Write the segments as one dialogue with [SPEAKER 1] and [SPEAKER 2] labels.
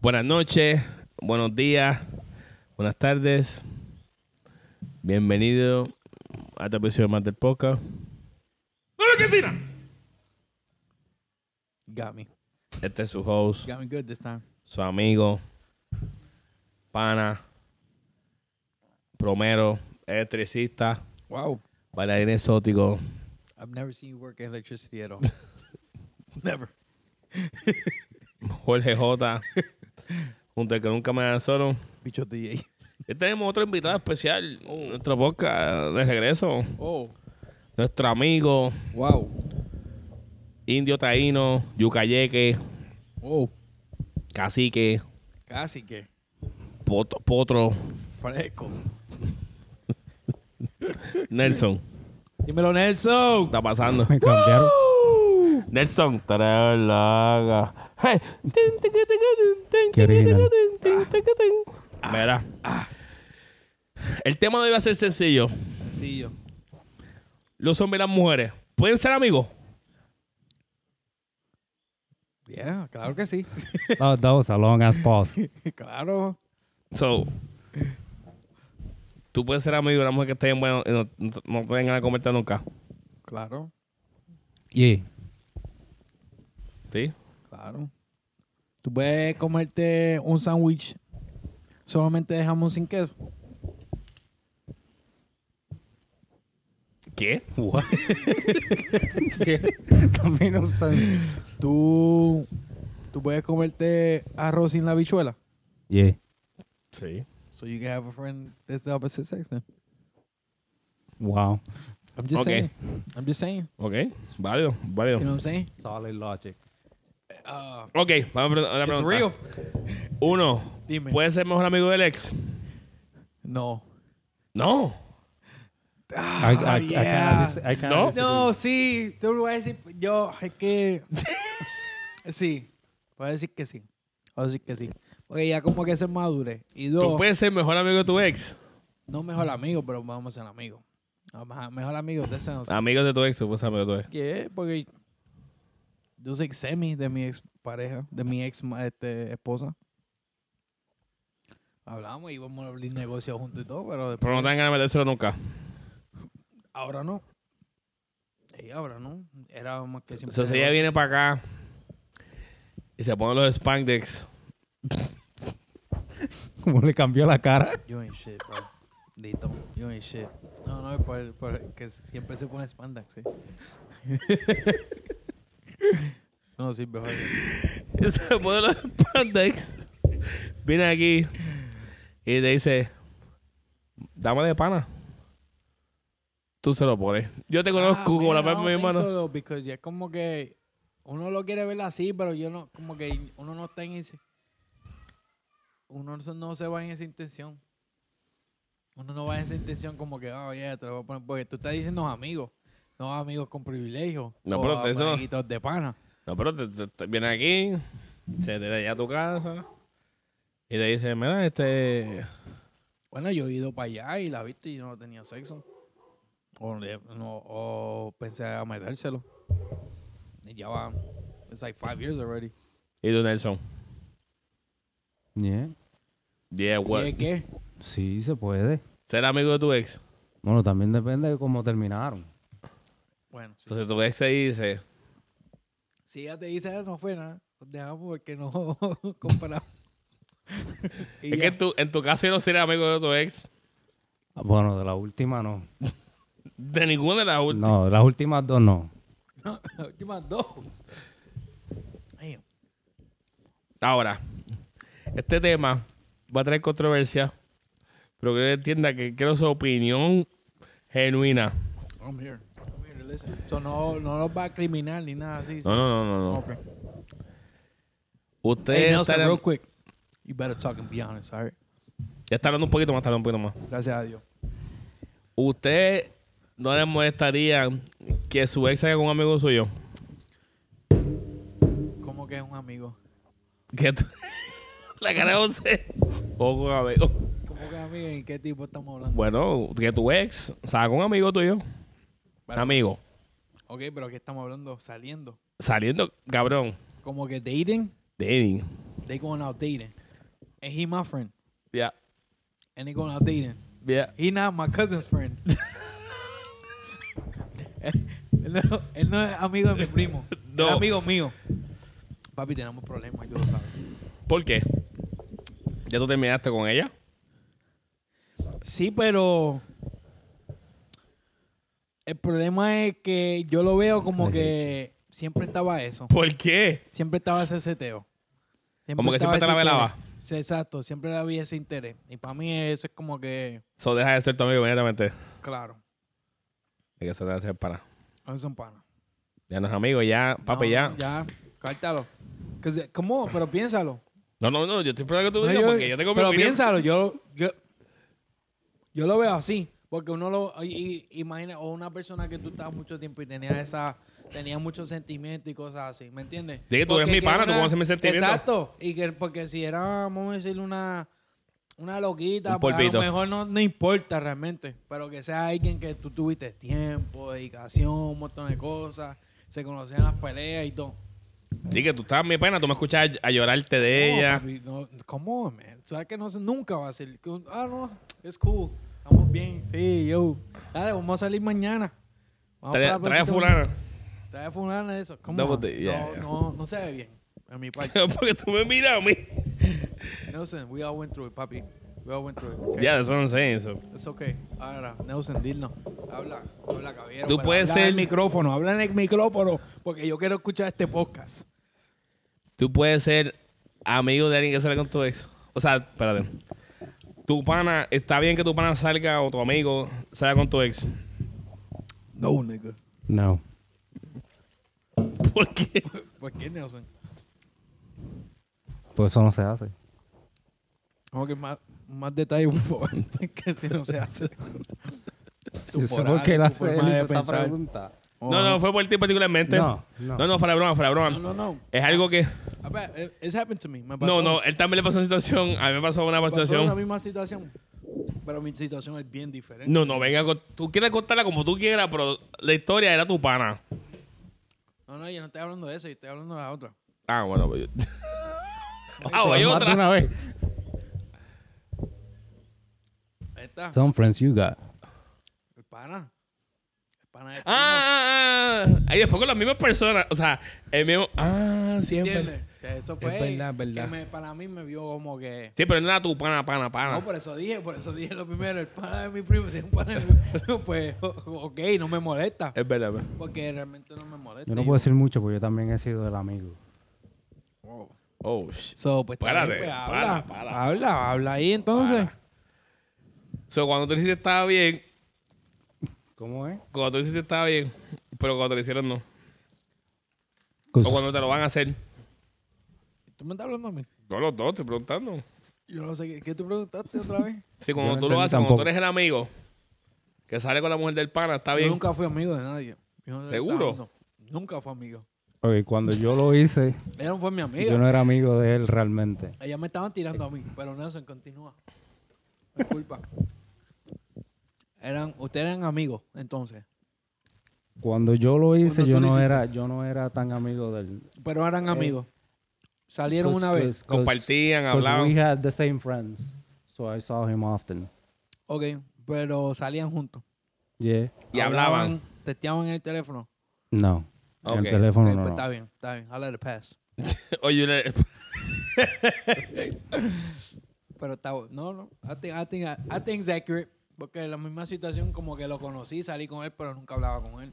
[SPEAKER 1] Buenas noches, buenos días, buenas tardes. Bienvenido a este episodio más del podcast.
[SPEAKER 2] Got me.
[SPEAKER 1] Este es su host,
[SPEAKER 2] Got me good this time.
[SPEAKER 1] su amigo, pana, promero, electricista,
[SPEAKER 2] Wow.
[SPEAKER 1] bailarín exótico.
[SPEAKER 2] I've never seen you work in electricity at all. never.
[SPEAKER 1] Jorge J. Junto al que nunca me dan solo.
[SPEAKER 2] Bicho DJ.
[SPEAKER 1] Y tenemos otro invitado especial. Nuestra boca de regreso.
[SPEAKER 2] Oh.
[SPEAKER 1] Nuestro amigo
[SPEAKER 2] Wow.
[SPEAKER 1] Indio Taíno, Yucayeque,
[SPEAKER 2] Oh.
[SPEAKER 1] Cacique,
[SPEAKER 2] Casi que.
[SPEAKER 1] Pot- Potro,
[SPEAKER 2] Fresco.
[SPEAKER 1] Nelson.
[SPEAKER 2] Dímelo, Nelson.
[SPEAKER 1] Está pasando.
[SPEAKER 3] Me cambiaron.
[SPEAKER 2] Woo!
[SPEAKER 1] Nelson. Tralaga. Hey.
[SPEAKER 3] Qué original.
[SPEAKER 1] Mira. El tema debe ser sencillo.
[SPEAKER 2] Sencillo.
[SPEAKER 1] Los hombres y las mujeres. ¿Pueden ser amigos?
[SPEAKER 2] Yeah, claro que sí.
[SPEAKER 3] That, that was a long ass pause.
[SPEAKER 2] claro.
[SPEAKER 1] So, tú puedes ser amigo de una mujer que esté en bueno y no, no te vengan a convertir nunca.
[SPEAKER 2] Claro.
[SPEAKER 3] Yeah.
[SPEAKER 1] ¿Sí?
[SPEAKER 2] Claro. Tú puedes comerte un sándwich solamente de jamón sin queso.
[SPEAKER 1] ¿Qué?
[SPEAKER 3] That no sense.
[SPEAKER 2] Tú, tú puedes comerte arroz sin la bichuela.
[SPEAKER 3] Yeah.
[SPEAKER 1] Sí.
[SPEAKER 2] So you can have a friend that's the opposite sex then.
[SPEAKER 3] Wow.
[SPEAKER 2] I'm just
[SPEAKER 1] Okay.
[SPEAKER 2] saying. I'm just saying.
[SPEAKER 1] Ok, válido, válido.
[SPEAKER 2] You know what I'm saying?
[SPEAKER 3] Solid logic.
[SPEAKER 2] Uh,
[SPEAKER 1] Ok, vamos a la
[SPEAKER 2] it's
[SPEAKER 1] pregunta.
[SPEAKER 2] real.
[SPEAKER 1] Uno,
[SPEAKER 2] Dime.
[SPEAKER 1] ¿puedes ser mejor amigo del ex?
[SPEAKER 2] No.
[SPEAKER 1] No.
[SPEAKER 3] I, I, I
[SPEAKER 2] yeah.
[SPEAKER 3] cannot dis- I cannot
[SPEAKER 1] No?
[SPEAKER 3] disagree.
[SPEAKER 2] No, sí. Tú lo vas a decir. Yo, es que. sí. Voy a decir que sí. Voy a decir que sí. Porque ya como que se madure. Y
[SPEAKER 1] ¿Tú
[SPEAKER 2] dos,
[SPEAKER 1] puedes ser mejor amigo de tu ex?
[SPEAKER 2] no mejor amigo, pero vamos a ser amigos. Ajá, Mejor amigo, that sounds.
[SPEAKER 1] Amigos de tu ex, tú puedes ser amigo de tu ex.
[SPEAKER 2] Yeah, porque yo soy semi de mi ex pareja, de mi ex ma- este, esposa. Hablamos y íbamos a abrir negocios juntos y todo, pero después.
[SPEAKER 1] Pero no te dan ganas de metérselo nunca.
[SPEAKER 2] Ahora no. Ella ahora no. Era más que
[SPEAKER 1] O
[SPEAKER 2] siempre.
[SPEAKER 1] sea, si ella
[SPEAKER 2] negocio.
[SPEAKER 1] viene para acá y se pone los spandex,
[SPEAKER 3] Como le cambió la cara.
[SPEAKER 2] You ain't shit, bro. Dito. You ain't shit. No, no, es por, el- por el que siempre se pone spandex, sí. no, sí, mejor.
[SPEAKER 1] y se pone los spandex, viene aquí y te dice, dame de pana. Tú se lo pones. Yo te
[SPEAKER 2] Ah,
[SPEAKER 1] conozco como la palma de mi mano.
[SPEAKER 2] Porque ya es como que uno lo quiere ver así, pero yo no, como que uno no está en ese. Uno no se- no se va en esa intención. Uno no va en esa intención como que, oh, yeah, te lo voy a poner. Porque tú estás diciendo amigos, no amigos con privilegio.
[SPEAKER 1] No,
[SPEAKER 2] o
[SPEAKER 1] pero eso no-
[SPEAKER 2] amiguitos de pana.
[SPEAKER 1] No, pero te, te- te- viene aquí, se te da ya a tu casa y te dice, mira, este...
[SPEAKER 2] Bueno, yo he ido para allá y la viste y yo no tenía sexo. O, le- no, o pensé a metérselo. Y ya va. It's like five years already.
[SPEAKER 1] Y tú, Nelson.
[SPEAKER 3] Yeah.
[SPEAKER 1] Yeah, what?
[SPEAKER 2] ¿Y es qué?
[SPEAKER 3] Sí, se puede.
[SPEAKER 1] Ser amigo de tu ex.
[SPEAKER 3] Bueno, también depende de cómo terminaron.
[SPEAKER 2] Bueno, sí.
[SPEAKER 1] Entonces tu ex se dice,
[SPEAKER 2] si ella te dice "Ah, no fue nada, nos dejamos porque no comparamos. Y
[SPEAKER 1] es
[SPEAKER 2] ya.
[SPEAKER 1] que tú, en tu caso yo no seré amigo de tu ex.
[SPEAKER 3] Ah, Bueno, de la última no.
[SPEAKER 1] De ninguna de las últimas.
[SPEAKER 3] No, de las últimas dos no.
[SPEAKER 2] No, ¿Qué más dos? Damn.
[SPEAKER 1] Ahora, este tema va a traer controversia, pero que yo entienda que quiero su opinión genuina.
[SPEAKER 2] I'm here. I'm here to listen. So no, no los va a criminal ni nada así.
[SPEAKER 1] No, no, no, no. no.
[SPEAKER 2] Okay.
[SPEAKER 1] Ustedes
[SPEAKER 2] Hey, Nelson,
[SPEAKER 1] estarán-
[SPEAKER 2] real quick. You better talk and be honest, all right?
[SPEAKER 1] Ya está hablando un poquito más, está hablando un poquito más.
[SPEAKER 2] Gracias a Dios.
[SPEAKER 1] ¿Usted no le molestaría que su ex haga con un amigo suyo?
[SPEAKER 2] ¿Cómo que es un amigo?
[SPEAKER 1] Que tú- la cara de José. O con amigo.
[SPEAKER 2] ¿Cómo que es amigo? ¿En qué tipo estamos hablando?
[SPEAKER 1] Bueno, que tu ex salga con un amigo tuyo.
[SPEAKER 2] Vale.
[SPEAKER 1] Amigo.
[SPEAKER 2] Ok, pero ¿qué estamos hablando? Saliendo.
[SPEAKER 1] Saliendo, cabrón.
[SPEAKER 2] ¿Como que dating?
[SPEAKER 1] Dating.
[SPEAKER 2] They going out dating. And he my friend.
[SPEAKER 1] Yeah.
[SPEAKER 2] And they going out dating.
[SPEAKER 1] Yeah.
[SPEAKER 2] He not my cousin's friend. él, no, él no es amigo de mi primo.
[SPEAKER 1] No.
[SPEAKER 2] Es amigo mío. Papi, tenemos problemas, yo lo sabes.
[SPEAKER 1] ¿Por qué? ¿Ya tú terminaste con ella?
[SPEAKER 2] Sí, pero el problema es que yo lo veo como que siempre estaba eso.
[SPEAKER 1] ¿Por qué?
[SPEAKER 2] Siempre estaba ese seteo.
[SPEAKER 1] Como que
[SPEAKER 2] estaba
[SPEAKER 1] siempre te
[SPEAKER 2] ese
[SPEAKER 1] la velaba.
[SPEAKER 2] interés. Sí, exacto, siempre había ese interés. Y para mí eso es como que,
[SPEAKER 1] So, deja de ser tu amigo inmediatamente.
[SPEAKER 2] claro,
[SPEAKER 1] Hay que se te hace para.
[SPEAKER 2] no son panas.
[SPEAKER 1] Ya no es amigo, ya, papi,
[SPEAKER 2] No,
[SPEAKER 1] ya.
[SPEAKER 2] Ya, cártalo. Que se- ¿Cómo? Pero piénsalo.
[SPEAKER 1] No, no, no, yo estoy esperando que tú
[SPEAKER 2] No,
[SPEAKER 1] me digas
[SPEAKER 2] yo-
[SPEAKER 1] porque yo tengo mi
[SPEAKER 2] pero
[SPEAKER 1] opinión.
[SPEAKER 2] piénsalo, yo, yo, yo lo veo así. Porque uno lo y- y- imagina, o una persona que tú estabas mucho tiempo y tenía esa, tenía muchos sentimientos y cosas así, ¿me entiendes?
[SPEAKER 1] Sí, tú eres
[SPEAKER 2] Porque
[SPEAKER 1] mi
[SPEAKER 2] que
[SPEAKER 1] pana, tú
[SPEAKER 2] una-
[SPEAKER 1] conoces mis sentimientos.
[SPEAKER 2] Exacto. Y que porque si era, vamos a decir, una, una loquita,
[SPEAKER 1] Un
[SPEAKER 2] pues a lo
[SPEAKER 1] polvito.
[SPEAKER 2] mejor no, no importa realmente. Pero que sea alguien que tú tuviste tiempo, dedicación, un montón de cosas, se conocían las peleas y todo.
[SPEAKER 1] Sí, que tú estabas en mi pena, tú me escuchas a llorarte de
[SPEAKER 2] No,
[SPEAKER 1] ella.
[SPEAKER 2] papi, no, come on, man. Sabes que no se- nunca va a ser. que un- Ah, no, es cool. Estamos bien. Sí, yo. Dale, vamos a salir mañana. Vamos
[SPEAKER 1] Trae,
[SPEAKER 2] para la
[SPEAKER 1] trae a
[SPEAKER 2] placita.
[SPEAKER 1] fulana.
[SPEAKER 2] Trae a fulana eso. Come
[SPEAKER 1] Double
[SPEAKER 2] on.
[SPEAKER 1] date, yeah,
[SPEAKER 2] no,
[SPEAKER 1] yeah.
[SPEAKER 2] no, no se ve bien. A mi parte.
[SPEAKER 1] porque tú me miras a mí.
[SPEAKER 2] Nelson, we all went through it, papi. We all went through it. okay?
[SPEAKER 1] Ya, that's what I'm saying. so.
[SPEAKER 2] It's okay. Ahora, Nelson, dilnos. Habla, habla, caballero.
[SPEAKER 1] Tú
[SPEAKER 2] pero
[SPEAKER 1] puedes
[SPEAKER 2] habla en el
[SPEAKER 1] ser-
[SPEAKER 2] micrófono, habla en el micrófono, porque yo quiero escuchar este podcast.
[SPEAKER 1] Tú puedes ser amigo de alguien que sale con tu ex. O sea, espérate. Tu pana, está bien que tu pana salga o tu amigo salga con tu ex.
[SPEAKER 2] No, nigga.
[SPEAKER 3] No.
[SPEAKER 1] ¿Por qué?
[SPEAKER 2] ¿Por qué, Nelson?
[SPEAKER 3] Pues eso no se hace.
[SPEAKER 2] Como que más, más detalles, por favor. que si no se hace. Tu
[SPEAKER 3] Yo sé
[SPEAKER 2] moral,
[SPEAKER 3] por qué él
[SPEAKER 2] tu
[SPEAKER 3] hace
[SPEAKER 2] forma
[SPEAKER 3] él hizo
[SPEAKER 2] de
[SPEAKER 3] esta
[SPEAKER 2] pensar. Oh.
[SPEAKER 3] pregunta.
[SPEAKER 1] No, no, fue por ti particularmente.
[SPEAKER 3] No,
[SPEAKER 1] no.
[SPEAKER 3] no.
[SPEAKER 1] No, fuera de broma, fuera de broma.
[SPEAKER 2] No, no, no.
[SPEAKER 1] Es algo que.
[SPEAKER 2] A ver, it's happened to me. Me pasó.
[SPEAKER 1] No, no, él también le pasó una situación. A mí me pasó una
[SPEAKER 2] Me pasó la
[SPEAKER 1] situación.
[SPEAKER 2] misma situación. Pero mi situación es bien diferente.
[SPEAKER 1] No, no, venga, con- tú quieres contarla como tú quieras, pero la historia era tu pana.
[SPEAKER 2] No, no, yo no estoy hablando de eso, yo estoy hablando de la otra.
[SPEAKER 1] Ah, bueno, pues. yo- Wow, hay
[SPEAKER 3] Son más de
[SPEAKER 1] otra.
[SPEAKER 3] una vez.
[SPEAKER 2] Ahí está.
[SPEAKER 3] Some friends you got.
[SPEAKER 2] El pana. El pana de
[SPEAKER 1] Ah, ah, ah. Y después con las mismas personas. O sea, el mismo. Ah, siempre.
[SPEAKER 2] ¿Entiendes? Que eso fue.
[SPEAKER 1] verdad, es verdad.
[SPEAKER 2] Que me- para mí me vio como que.
[SPEAKER 1] Sí, pero no era tu pana, pana, pana.
[SPEAKER 2] No, pues. por eso dije, por eso dije lo primero. El pana de mi primo, si es un pana de mi- Pues, ok, no me molesta.
[SPEAKER 1] Es verdad, pues.
[SPEAKER 2] Porque realmente no me molesta.
[SPEAKER 3] Yo no
[SPEAKER 2] Y-
[SPEAKER 3] puedo decir mucho porque yo también he sido el amigo.
[SPEAKER 2] Wow.
[SPEAKER 1] Oh, shit.
[SPEAKER 2] So, pues, está
[SPEAKER 1] Párate,
[SPEAKER 2] bien, pues,
[SPEAKER 1] para,
[SPEAKER 2] habla,
[SPEAKER 1] para.
[SPEAKER 2] habla, habla ahí entonces.
[SPEAKER 1] Para. So, cuando tú lo hiciste estaba bien.
[SPEAKER 3] ¿Cómo es?
[SPEAKER 1] Cuando tú lo hiciste estaba bien. Pero cuando te lo hicieron no. O
[SPEAKER 3] Cos-
[SPEAKER 1] cuando te lo van a hacer.
[SPEAKER 2] ¿Tú me estás hablando a mí?
[SPEAKER 1] No, los dos, estoy preguntando.
[SPEAKER 2] Yo no sé, ¿qué, qué tú preguntaste otra vez?
[SPEAKER 1] Sí, cuando
[SPEAKER 3] Yo no
[SPEAKER 1] tú lo
[SPEAKER 3] entendí
[SPEAKER 1] haces, cuando
[SPEAKER 3] tampoco.
[SPEAKER 1] tú eres el amigo que sale con la mujer del pana, está bien.
[SPEAKER 2] Yo nunca fui amigo de nadie. Yo no sé qué
[SPEAKER 1] ¿Seguro?
[SPEAKER 2] estás hablando. Nunca fui amigo.
[SPEAKER 3] Ok, cuando yo lo hice,
[SPEAKER 2] Ella no fue mi amiga.
[SPEAKER 3] yo no era amigo de él realmente.
[SPEAKER 2] Ella me estaban tirando a mí, pero Nelson continúa. Disculpa. Eran, ustedes eran amigos, entonces.
[SPEAKER 3] Cuando yo lo hice,
[SPEAKER 2] Cuando tú
[SPEAKER 3] yo
[SPEAKER 2] lo
[SPEAKER 3] no
[SPEAKER 2] hiciste.
[SPEAKER 3] era, yo no era tan amigo de él.
[SPEAKER 2] Pero eran
[SPEAKER 3] Eh,
[SPEAKER 2] amigos. Salieron
[SPEAKER 3] 'Cause-
[SPEAKER 2] una vez.
[SPEAKER 3] 'cause- 'cause-
[SPEAKER 1] Compartían,
[SPEAKER 3] 'cause
[SPEAKER 1] hablaban.
[SPEAKER 3] We had the same friends, so I saw him often.
[SPEAKER 2] Ok, pero salían juntos.
[SPEAKER 3] Yeah.
[SPEAKER 1] Y hablaban.
[SPEAKER 2] Testeaban en el teléfono.
[SPEAKER 3] No. En
[SPEAKER 1] Ok.
[SPEAKER 3] El teléfono
[SPEAKER 2] Ok,
[SPEAKER 3] no.
[SPEAKER 2] pues,
[SPEAKER 3] no.
[SPEAKER 2] Está bien, está bien. I let it pass.
[SPEAKER 1] Oye, le-
[SPEAKER 2] Pero está bu- no, no. I think, I think, I think it's accurate. Porque la misma situación, como que lo conocí, salí con él, pero nunca hablaba con él.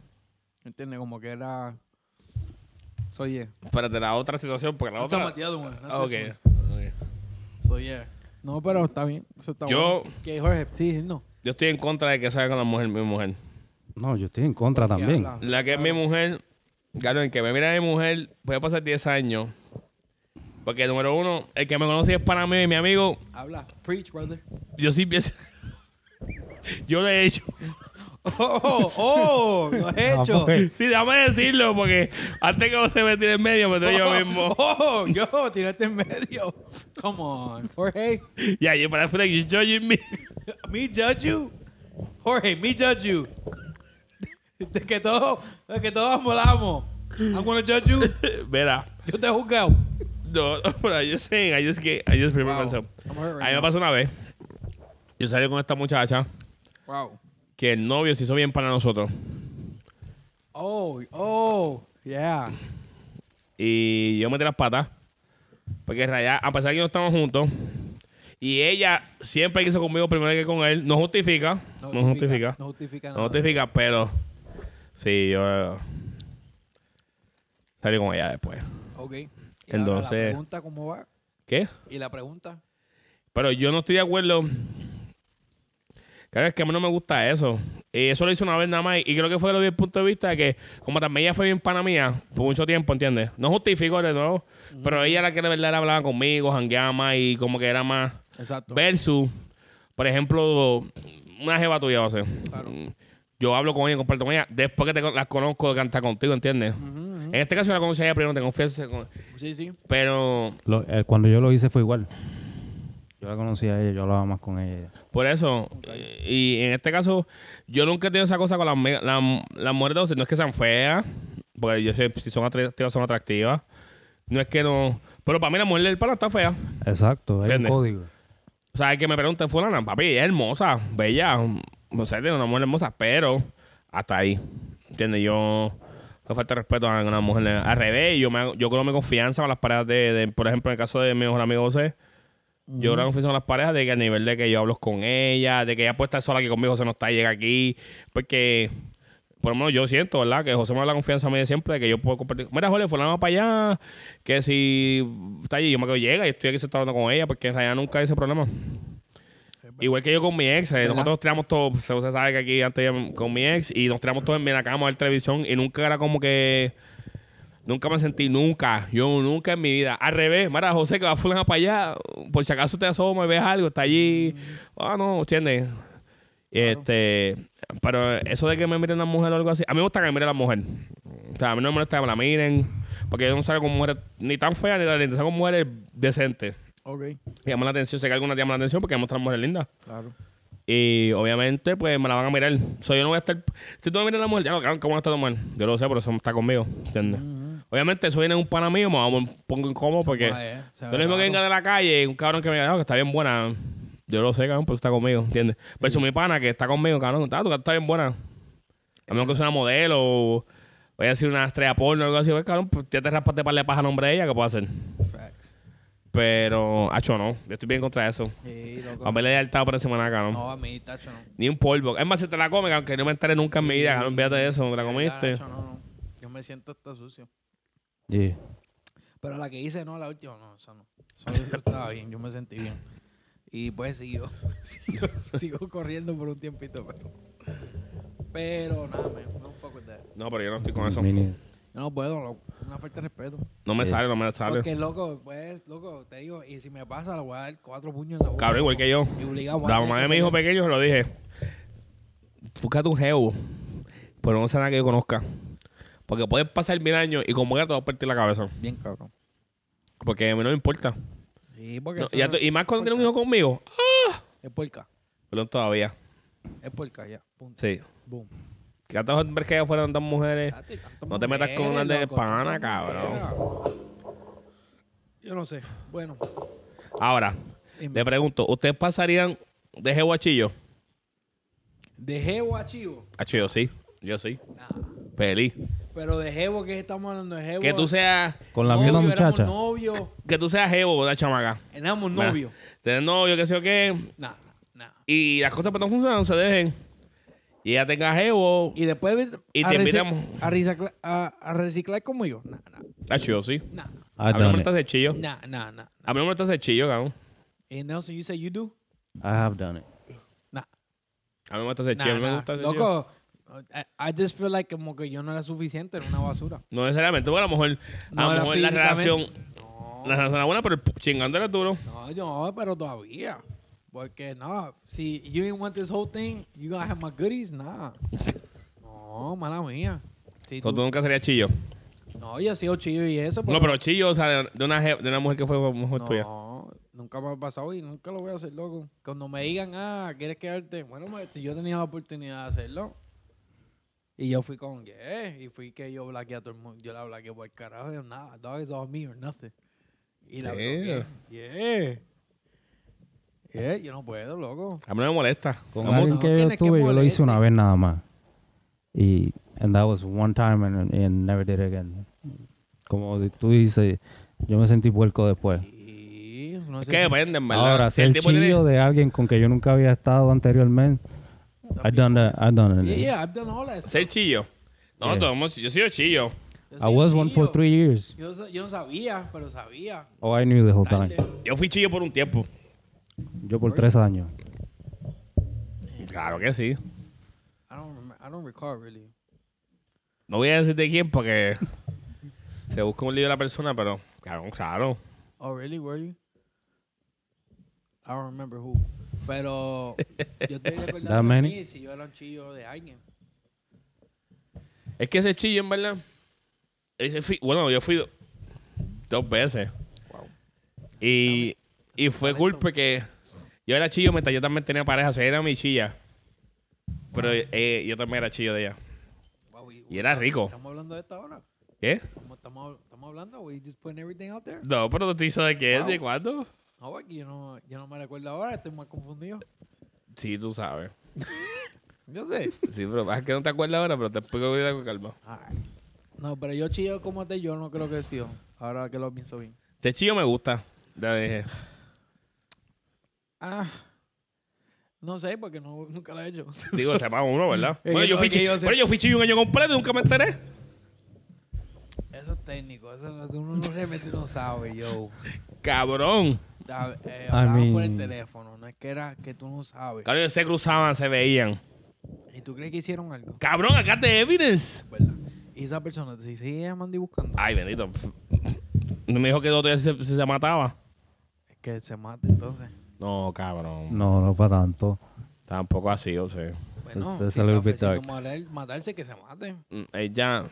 [SPEAKER 2] ¿Entiendes? Como que era. So yeah.
[SPEAKER 1] espérate, la otra situación, porque la
[SPEAKER 2] That's
[SPEAKER 1] otra.
[SPEAKER 2] not the other one, not
[SPEAKER 1] Ah, ok.
[SPEAKER 2] this
[SPEAKER 1] ok.
[SPEAKER 2] one. So yeah. No, pero está bien. Eso está
[SPEAKER 1] Yo-
[SPEAKER 2] bueno. Que Jorge, sí, no.
[SPEAKER 1] Yo estoy en contra de que salga con la mujer, mi mujer.
[SPEAKER 3] No, yo estoy en contra
[SPEAKER 2] Porque
[SPEAKER 3] también.
[SPEAKER 2] habla.
[SPEAKER 1] La que es mi mujer, claro, en que me mira mi mujer, voy a pasar 10 años. Porque, número uno, el que me conoce es para mí y mi amigo,
[SPEAKER 2] Habla. Preach, brother.
[SPEAKER 1] yo sí pienso. yo lo he hecho.
[SPEAKER 2] Oh, oh, oh, lo he
[SPEAKER 3] Ah,
[SPEAKER 2] hecho.
[SPEAKER 3] porque-
[SPEAKER 1] Sí, déjame decirlo, porque antes que usted me tire en medio, me tiro yo mismo.
[SPEAKER 2] Oh, yo, tiraste en medio. Come on, Jorge.
[SPEAKER 1] Y ahí para afuera, you judging me.
[SPEAKER 2] Me judge you. Jorge, me judge you. De que todos, de que todos molamos. I'm gonna judge you.
[SPEAKER 1] Verá.
[SPEAKER 2] Yo te he juzgado.
[SPEAKER 1] No, no, but I just saying, I just get, I just remember
[SPEAKER 2] Wow.
[SPEAKER 1] myself.
[SPEAKER 2] I'm hurt
[SPEAKER 1] A mí
[SPEAKER 2] right
[SPEAKER 1] me
[SPEAKER 2] now.
[SPEAKER 1] pasó una vez. Yo salí con esta muchacha
[SPEAKER 2] Wow.
[SPEAKER 1] que el novio se hizo bien para nosotros.
[SPEAKER 2] Oh, oh, yeah.
[SPEAKER 1] Y yo metí las patas. Porque en realidad, a pesar de que no estamos juntos, y ella siempre quiso conmigo primero que con él, no justifica. No, justifica.
[SPEAKER 2] No justifica
[SPEAKER 1] No
[SPEAKER 2] nada.
[SPEAKER 1] justifica, pero sí, yo eh, salí con ella después.
[SPEAKER 2] Ok. Y ahora
[SPEAKER 1] Entonces-
[SPEAKER 2] La pregunta, ¿cómo va?
[SPEAKER 1] ¿Qué?
[SPEAKER 2] Y la pregunta.
[SPEAKER 1] Pero yo no estoy de acuerdo. Claro, es que a mí no me gusta eso. Y eso lo hice una vez nada más. Y creo que fue lo vi desde el punto de vista de que, como también ella fue bien pana mía por mucho tiempo, ¿entiendes? No justifico de nuevo. Pero ella era la que de verdad hablaba conmigo, jangueaba más y como que era más.
[SPEAKER 2] Exacto.
[SPEAKER 1] Versus, por ejemplo, una jeva tuya, o sea.
[SPEAKER 2] Claro.
[SPEAKER 1] Yo hablo con ella, comparto con ella, después que te, con- la conozco de cantar contigo, ¿entiendes?
[SPEAKER 2] Ujú, ujú.
[SPEAKER 1] En este caso yo la conocí a ella primero, te confieso.
[SPEAKER 2] Sí, sí.
[SPEAKER 1] Pero
[SPEAKER 3] Lo- eh, cuando yo lo hice fue igual. Yo la conocía a ella, yo hablaba más con ella.
[SPEAKER 1] Por eso, eh, y en este caso, yo nunca he tenido esa cosa con las, me- la- las mujeres de 12. No es que sean feas, porque yo sé si son atractivas, son atractivas. No es que no. Pero para mí, la mujer del pana está fea.
[SPEAKER 3] Exacto, hay un
[SPEAKER 1] ¿Entiendes?
[SPEAKER 3] código.
[SPEAKER 1] O sea, hay que me pregunten, Fulana, papi, ella es hermosa, bella. No sé, tiene una mujer hermosa, pero hasta ahí. ¿Entiendes? Yo. No falta de respeto a una mujer. Al revés, yo, me, hago- yo creo mi confianza con las parejas de, de- Por ejemplo, en el caso de mi mejor amigo José, yo creo que confianza con las parejas de que a nivel de que yo hablo con ella, de que ella puede estar sola aquí conmigo, José no está, llega aquí. Porque. Por lo menos yo siento, ¿verdad? Que José me da la confianza a mí de siempre de que yo puedo compartir. Mira, Jorge, fulano va para allá. Que si está allí, yo me quedo, llega y estoy aquí sentado hablando con ella porque en realidad nunca hay ese problema. Igual que yo con mi ex, eh,
[SPEAKER 2] ¿Verdad?
[SPEAKER 1] nosotros tiramos todos, se sabe que aquí antes ya con mi ex, y nos tiramos todos en la cama, en televisión, y nunca era como que. Nunca me sentí, nunca, yo nunca en mi vida. Al revés, Mara José, que va fulana para allá, por si acaso te asoma y ves algo, está allí. Ah, no, ¿entiendes? Este, pero eso de que me miren una mujer o algo así, a mí me gusta que me mire la mujer. O sea, a mí no me molesta que me la miren, porque yo no salgo con mujeres ni tan feas ni tan lindas, salgo con mujeres decentes.
[SPEAKER 2] Ok.
[SPEAKER 1] Llaman la atención, sé que algunas llaman la atención porque muestran mujeres lindas.
[SPEAKER 2] Claro.
[SPEAKER 1] Y obviamente, pues me la van a mirar. Soy yo no voy a estar. Si tú me miras a la mujer, ya lo cabrón, ¿cómo van a estar tomando? Yo lo sé, pero eso está conmigo. ¿Entiendes? Obviamente, eso viene un pana mío, me vamos- me pongo incómodo porque.
[SPEAKER 2] Ah, eh, se
[SPEAKER 1] Yo
[SPEAKER 2] ve
[SPEAKER 1] lo mismo que
[SPEAKER 2] raro.
[SPEAKER 1] venga de la calle, un cabrón que me diga, "No, que está bien buena. Yo lo sé, cabrón, pero está conmigo, ¿entiendes? Pero si mi pana que está conmigo, cabrón, "Ah, tú que está bien buena. A menos que sea una modelo o voy a decir una estrella porno o algo así, pues, cabrón, pues ya te raspaste para de paja a nombre de ella, ¿qué puedo hacer?
[SPEAKER 2] Facts.
[SPEAKER 1] Pero, hacho, no. Yo estoy bien contra eso.
[SPEAKER 2] Sí, loco.
[SPEAKER 1] A verle de altado por encima de la cara,
[SPEAKER 2] No, a mí, tacho, no.
[SPEAKER 1] ni un polvo. Es más, si te la comes, aunque no me enteré nunca en mi vida, no olvídate de eso, te la comiste.
[SPEAKER 2] Tacho, no, no. Yo me siento hasta sucio.
[SPEAKER 3] Yeah.
[SPEAKER 2] Pero la que hice, no, la última, no, esa no. Eso, eso estaba bien, yo me sentí bien. Y pues sigo, sigo, sigo corriendo por un tiempito, pero. Pero nada, man, no fuck with that.
[SPEAKER 1] No, pero yo no estoy con eso.
[SPEAKER 3] Me neither.
[SPEAKER 2] Yo no puedo, loco, una falta de respeto.
[SPEAKER 1] No me
[SPEAKER 3] Sí.
[SPEAKER 1] sale, no me sale.
[SPEAKER 2] Porque, loco, pues, loco, te digo, y si me pasa, le voy a dar cuatro puños en la boca.
[SPEAKER 1] Cabrón, igual
[SPEAKER 2] loco.
[SPEAKER 1] que yo.
[SPEAKER 2] Y obligado. voy a
[SPEAKER 1] La
[SPEAKER 2] tener
[SPEAKER 1] mamá
[SPEAKER 2] que
[SPEAKER 1] de mi hijo
[SPEAKER 2] pelear.
[SPEAKER 1] pequeño se lo dije. Búscate un jevo, pero no sea nada que yo conozca. Porque puedes pasar mil años y como que te va a partir la cabeza.
[SPEAKER 2] Bien, cabrón.
[SPEAKER 1] Porque a mí no me importa.
[SPEAKER 2] Sí, porque.
[SPEAKER 1] No,
[SPEAKER 2] eso
[SPEAKER 1] ya
[SPEAKER 2] no-
[SPEAKER 1] tú- y más cuando tiene un hijo conmigo.
[SPEAKER 2] Es puerca.
[SPEAKER 1] Pero todavía.
[SPEAKER 2] Es puerca, ya. Punto.
[SPEAKER 1] Sí.
[SPEAKER 2] Boom.
[SPEAKER 1] Que hasta ver que allá afuera tantas mujeres.
[SPEAKER 2] Chato, y tantas
[SPEAKER 1] No te metas con una
[SPEAKER 2] mujeres,
[SPEAKER 1] de
[SPEAKER 2] loco, tantas
[SPEAKER 1] pana, cabrón.
[SPEAKER 2] mujeres. Yo no sé. Bueno,
[SPEAKER 1] Ahora,
[SPEAKER 2] Dime.
[SPEAKER 1] le pregunto, ¿ustedes pasarían de jevo a chillo?
[SPEAKER 2] de jevo a chivo.
[SPEAKER 1] A chillo, sí. Yo sí.
[SPEAKER 2] Nah.
[SPEAKER 1] Feliz.
[SPEAKER 2] Pero de jevo, ¿qué estamos hablando de jevo?
[SPEAKER 1] Que tú seas,
[SPEAKER 3] Con la
[SPEAKER 2] Novio,
[SPEAKER 3] misma
[SPEAKER 2] éramos
[SPEAKER 3] muchacha.
[SPEAKER 2] novio.
[SPEAKER 1] que tú seas jevo de la chamaca.
[SPEAKER 2] Éramos novio.
[SPEAKER 1] Tener novio, que sé yo qué.
[SPEAKER 2] Nah, nah.
[SPEAKER 1] Y las cosas pues no funcionan, se dejen. Y ella tenga jevo.
[SPEAKER 2] Y después
[SPEAKER 1] Y
[SPEAKER 2] a,
[SPEAKER 1] te
[SPEAKER 2] reci-
[SPEAKER 1] invitamos.
[SPEAKER 2] a, recicla- a, a reciclar conmigo. Nah, nah,
[SPEAKER 1] Ah, chillo, sí.
[SPEAKER 2] nah,
[SPEAKER 1] A
[SPEAKER 3] I've
[SPEAKER 1] mí no
[SPEAKER 3] done
[SPEAKER 1] me
[SPEAKER 3] it.
[SPEAKER 1] estás de chillo.
[SPEAKER 2] nah, nah, nah.
[SPEAKER 1] A mí no me estás de chillo, cabrón.
[SPEAKER 2] And Nelson, you say you do?
[SPEAKER 3] I have done it.
[SPEAKER 2] Nah,
[SPEAKER 1] A mí no me estás de
[SPEAKER 2] nah,
[SPEAKER 1] chillo. a mí me
[SPEAKER 2] nah.
[SPEAKER 1] gusta ese chillo.
[SPEAKER 2] Loco, I, I just feel like como que yo no era suficiente, era una basura.
[SPEAKER 1] No necesariamente, porque a lo mejor,
[SPEAKER 2] No,
[SPEAKER 1] a lo
[SPEAKER 2] era
[SPEAKER 1] mejor la
[SPEAKER 2] físicamente.
[SPEAKER 1] relación. La relación era buena, pero el p- chingando era duro.
[SPEAKER 2] No, yo, pero todavía. Porque no, si you didn't want this whole thing, you gonna have my goodies, nah. No, mala mía. Si
[SPEAKER 1] Entonces, pues tú
[SPEAKER 2] tú,
[SPEAKER 1] nunca serías chillo.
[SPEAKER 2] no, yo he sido chido y eso,
[SPEAKER 1] No, pero chillo, o sea, de- de una, je- de una mujer que fue mejor tuya.
[SPEAKER 2] No, nunca me ha pasado y nunca lo voy a hacer, loco. Cuando me digan, ah, ¿quieres quedarte? Bueno, maestro, yo tenía la oportunidad de hacerlo. Y yo fui con, yeah, y fui que yo blaqueé a todo el mundo. Yo la blaqueé por el carajo. y yo, Nah, dog is all me or nothing. Y la
[SPEAKER 1] Yeah.
[SPEAKER 2] bloqueé. Yeah. Yeah, yo no puedo, loco.
[SPEAKER 1] A mí no me molesta.
[SPEAKER 3] Con
[SPEAKER 1] Vamos,
[SPEAKER 3] alguien
[SPEAKER 2] no
[SPEAKER 3] que yo
[SPEAKER 2] tienes que
[SPEAKER 3] estuve, yo lo hice
[SPEAKER 2] moleste.
[SPEAKER 3] una vez nada más. Y and that was one time and, and never did it again. Como de- tú dices, yo me sentí puerco después.
[SPEAKER 2] Y no
[SPEAKER 1] es
[SPEAKER 2] sé
[SPEAKER 1] que
[SPEAKER 2] si-
[SPEAKER 1] depende, en ¿verdad?
[SPEAKER 3] Ahora, si el
[SPEAKER 1] tipo tiene-
[SPEAKER 3] chillo de alguien con que yo nunca había estado anteriormente, I've done that, I've done it.
[SPEAKER 2] Yeah,
[SPEAKER 1] eh.
[SPEAKER 2] yeah, I've done all that stuff.
[SPEAKER 1] Ser chillo. No,
[SPEAKER 3] Yeah.
[SPEAKER 1] todo el mundo- yo soy chillo.
[SPEAKER 2] Yo
[SPEAKER 3] I
[SPEAKER 2] soy
[SPEAKER 3] was
[SPEAKER 2] un
[SPEAKER 3] one for
[SPEAKER 2] tío.
[SPEAKER 3] three years.
[SPEAKER 2] Yo, sa- yo no sabía, pero sabía.
[SPEAKER 3] Oh, I knew the whole time.
[SPEAKER 2] Tarde.
[SPEAKER 1] Yo fui chillo por un tiempo.
[SPEAKER 3] Yo por tres años.
[SPEAKER 1] Claro que sí.
[SPEAKER 2] I don't, remem- I don't recall really.
[SPEAKER 1] No voy a decir de quién porque se busca un lío de la persona, pero claro, claro.
[SPEAKER 2] Oh, really? Were you? I don't remember who. Pero yo estoy
[SPEAKER 3] That
[SPEAKER 2] recordando a
[SPEAKER 3] many?
[SPEAKER 2] mí si yo era un chillo de alguien.
[SPEAKER 1] Es que ese chillo, en verdad. ese fui- bueno, yo fui do- dos veces. Y, y fue culpa que yo era chillo mientras yo también tenía pareja. O sea, era mi chilla. Pero eh, yo también era chillo de ella.
[SPEAKER 2] Wow, we-
[SPEAKER 1] Y era rico.
[SPEAKER 2] ¿Estamos hablando de esta hora?
[SPEAKER 1] ¿Qué?
[SPEAKER 2] ¿Cómo estamos, estamos hablando? We just putting everything out there? Oh,
[SPEAKER 1] No, pero no te hizo de qué, de cuándo.
[SPEAKER 2] No, porque yo no, yo no me recuerdo ahora, estoy más confundido.
[SPEAKER 1] Sí, tú sabes.
[SPEAKER 2] Yo sé.
[SPEAKER 1] Sí, pero es que no te acuerdas ahora, pero te explico vida con calma.
[SPEAKER 2] Ay. No, pero yo chillo como te, yo no creo que he sido. Ahora que lo pienso bien.
[SPEAKER 1] Este chillo me gusta. Ya dije.
[SPEAKER 2] Ah. No sé, porque no, nunca lo he hecho.
[SPEAKER 1] Digo, sepa uno, ¿verdad?
[SPEAKER 2] Es
[SPEAKER 1] Bueno,
[SPEAKER 2] que
[SPEAKER 1] yo
[SPEAKER 2] no,
[SPEAKER 1] fui,
[SPEAKER 2] es que
[SPEAKER 1] chi-
[SPEAKER 2] yo sé-
[SPEAKER 1] bueno, yo fui chillo un año completo y nunca me enteré.
[SPEAKER 2] Eso es técnico, eso no- uno no- realmente no sabe, yo.
[SPEAKER 1] Cabrón.
[SPEAKER 2] Da- eh, hablaban por el
[SPEAKER 3] mean-
[SPEAKER 2] teléfono, no es que era que tú no sabes.
[SPEAKER 1] Claro, ellos se cruzaban, se veían.
[SPEAKER 2] ¿Y tú crees que hicieron algo?
[SPEAKER 1] Cabrón, acá te evidence.
[SPEAKER 2] ¿Verdad? Y esa persona, si sigue llamando y buscando,
[SPEAKER 1] Ay, bendito. No me dijo que el otro día se, se, se mataba.
[SPEAKER 2] es que se mate entonces.
[SPEAKER 1] No, cabrón.
[SPEAKER 3] No, no para tanto.
[SPEAKER 1] Tampoco así, o sea.
[SPEAKER 2] Bueno,
[SPEAKER 3] That's
[SPEAKER 2] si
[SPEAKER 3] a
[SPEAKER 2] está
[SPEAKER 3] little bit
[SPEAKER 2] ofreciendo
[SPEAKER 3] dark.
[SPEAKER 2] moral- matarse, que se mate.
[SPEAKER 1] Mm, Ella.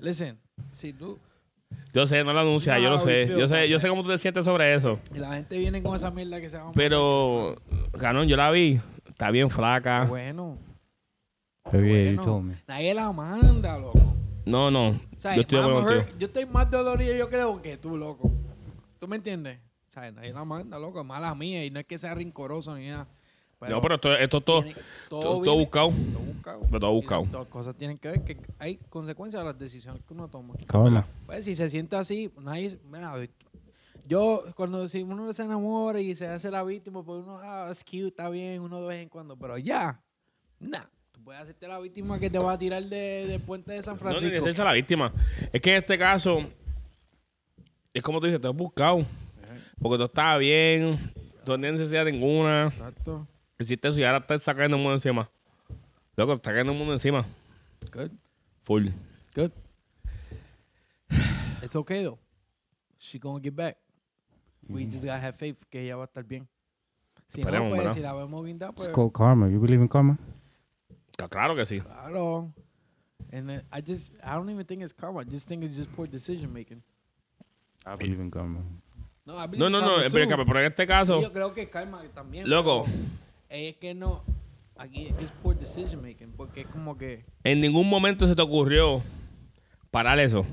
[SPEAKER 2] Listen, si tú...
[SPEAKER 1] Yo sé, no lo anuncia,
[SPEAKER 2] No,
[SPEAKER 1] yo lo sé.
[SPEAKER 2] we feel
[SPEAKER 1] Yo sé,
[SPEAKER 2] bad.
[SPEAKER 1] yo sé cómo tú te sientes sobre eso.
[SPEAKER 2] Y la gente viene con esa mierda que se va a matar,
[SPEAKER 1] Pero, cabrón, yo la vi. Está bien
[SPEAKER 2] que se-
[SPEAKER 1] flaca.
[SPEAKER 2] Bueno,
[SPEAKER 3] Baby, you told
[SPEAKER 2] bueno.
[SPEAKER 3] me.
[SPEAKER 2] Nadie la manda, loco.
[SPEAKER 1] No, no.
[SPEAKER 2] O sea,
[SPEAKER 1] yo estoy de acuerdo
[SPEAKER 2] mama
[SPEAKER 1] contigo.
[SPEAKER 2] her- yo estoy más dolorido, yo creo, que tú, loco. ¿Tú me entiendes? O sea, nadie la manda, loco. Es mala mía y no es que sea rincoroso ni nada.
[SPEAKER 1] no, pero esto, esto es todo,
[SPEAKER 2] tiene-
[SPEAKER 1] todo,
[SPEAKER 2] todo
[SPEAKER 1] todo
[SPEAKER 2] viene-
[SPEAKER 1] buscado.
[SPEAKER 2] Todo buscado.
[SPEAKER 1] Pero todo
[SPEAKER 2] Y
[SPEAKER 1] buscado.
[SPEAKER 2] Todas cosas tienen que ver que hay consecuencias a las decisiones que uno toma.
[SPEAKER 3] Calma.
[SPEAKER 2] Pues si se siente así, nadie. Mira, yo, cuando si uno se enamora y se hace la víctima, pues uno, ah, es cute, está bien, uno de vez en cuando, pero ya, nah. Tú puedes hacerte la víctima que te va a tirar de- del puente de San
[SPEAKER 1] No, ni
[SPEAKER 2] Francisco.
[SPEAKER 1] necesita la víctima. Es que en este caso, es como tú dices, te has buscado. Porque tú estabas bien, tú no tienes necesidad ninguna.
[SPEAKER 2] Exacto.
[SPEAKER 1] Hiciste eso y ahora estás sacando el mundo encima. Loco, estás sacando el mundo encima.
[SPEAKER 2] Good,
[SPEAKER 1] Full.
[SPEAKER 2] good. It's okay, though. She gonna get back. We just gotta have faith que ella va a estar bien.
[SPEAKER 1] Mm-hmm.
[SPEAKER 2] Si
[SPEAKER 1] Esperemos,
[SPEAKER 2] no, pues,
[SPEAKER 1] ¿verdad?
[SPEAKER 2] si la vemos guinda,
[SPEAKER 3] It's
[SPEAKER 2] pues...
[SPEAKER 3] called karma. You believe in karma?
[SPEAKER 1] Ca- Claro que sí.
[SPEAKER 2] Claro. And then I just, I don't even think it's karma. I just think it's just poor decision making.
[SPEAKER 3] I believe in karma.
[SPEAKER 2] No, I believe
[SPEAKER 1] No, no,
[SPEAKER 2] in
[SPEAKER 1] no, pero,
[SPEAKER 2] karma, too.
[SPEAKER 1] pero en este caso,
[SPEAKER 2] Yo creo que es karma también.
[SPEAKER 1] Loco.
[SPEAKER 2] pero Es que no, aquí es just poor decision making. Porque es como que,
[SPEAKER 1] en ningún momento se te ocurrió parar eso.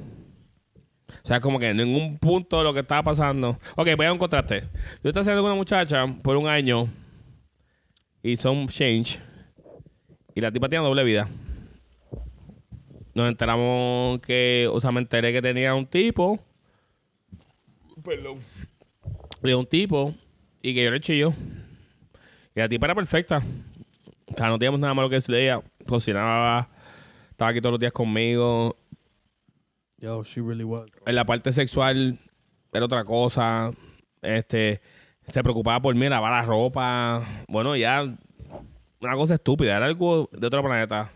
[SPEAKER 1] O sea, como que en ningún punto de lo que estaba pasando. Ok, voy a un contraste. Tú estás haciendo con una muchacha por un año y son change y la tipa tiene doble vida. Nos enteramos que, o sea, me enteré que tenía un tipo. Perdón. De un tipo y que yo le chillo. Y la tipa era perfecta. O sea, no teníamos nada malo que decirle. Ella cocinaba, estaba aquí todos los días conmigo.
[SPEAKER 2] yo, she really was.
[SPEAKER 1] En la parte sexual era otra cosa. Este, se preocupaba por mí, lavar la ropa. Bueno, ya una cosa estúpida, era algo de otro planeta.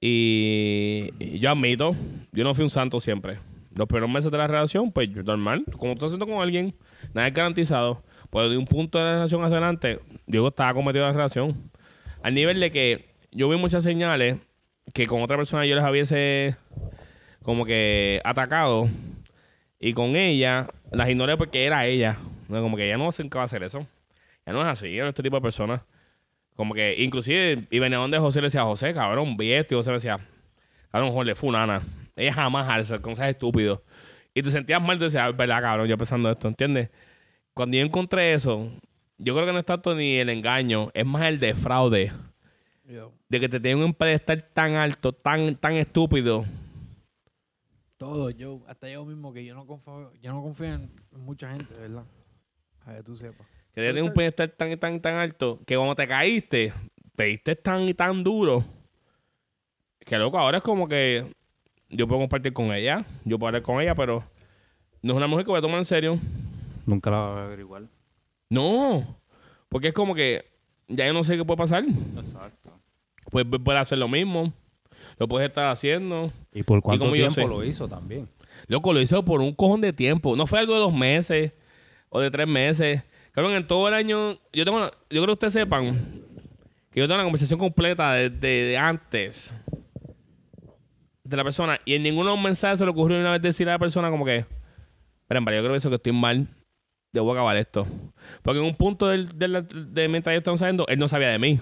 [SPEAKER 1] Y y yo admito, yo no fui un santo siempre. Los primeros meses de la relación, pues yo normal, como tú estás haciendo con alguien, nada es garantizado. Pero de un punto de la relación hacia adelante, yo estaba cometido de la relación. Al nivel de que yo vi muchas señales que con otra persona yo les hubiese como que atacado. Y con ella las ignoré porque era ella. No, Como que ella no se va a hacer eso. Ya no es así, era este tipo de personas. Como que, inclusive, y venía donde José le decía, José, cabrón, vi esto. Y José le decía, cabrón, José, fulana. Ella jamás alza, con esas estúpidos. Y te sentías mal, tú decías, "Ah, verdad, cabrón, yo pensando esto, ¿entiendes? Cuando yo encontré eso, yo creo que no es tanto ni el engaño, es más el defraude
[SPEAKER 2] Yo,
[SPEAKER 1] de que te tienen un pedestal tan alto, tan, tan estúpido.
[SPEAKER 2] todo, yo, hasta yo mismo, que yo no confío, yo no confío en mucha gente, ¿verdad? A que tú sepas.
[SPEAKER 1] Que te tienen un
[SPEAKER 2] Puede
[SPEAKER 1] pedestal tan, tan, tan alto que cuando te caíste, te diste tan y tan duro. Que loco, ahora es como que yo puedo compartir con ella, yo puedo hablar con ella, pero no es una mujer que voy a tomar en serio.
[SPEAKER 3] Nunca la va a ver igual.
[SPEAKER 1] No, porque es como que ya yo no sé qué puede pasar.
[SPEAKER 3] Exacto.
[SPEAKER 1] Puedes volver a hacer lo mismo, lo puedes estar haciendo.
[SPEAKER 3] ¿Y por cuánto
[SPEAKER 1] como yo
[SPEAKER 3] tiempo
[SPEAKER 1] sé.
[SPEAKER 3] lo hizo también?
[SPEAKER 1] Loco, lo hizo por un cojón de tiempo. No fue algo de dos meses o de tres meses. Cabrón, en todo el año. Yo tengo la- yo creo que ustedes sepan que yo tengo la conversación completa desde de antes de la persona. Y en ninguno de los mensajes se le ocurrió una vez decir a la persona como que. Esperen, vale, yo creo que eso que estoy mal. Yo voy a acabar esto. Porque en un punto del, de, la- de mientras ellos estaban saliendo, él no sabía de mí.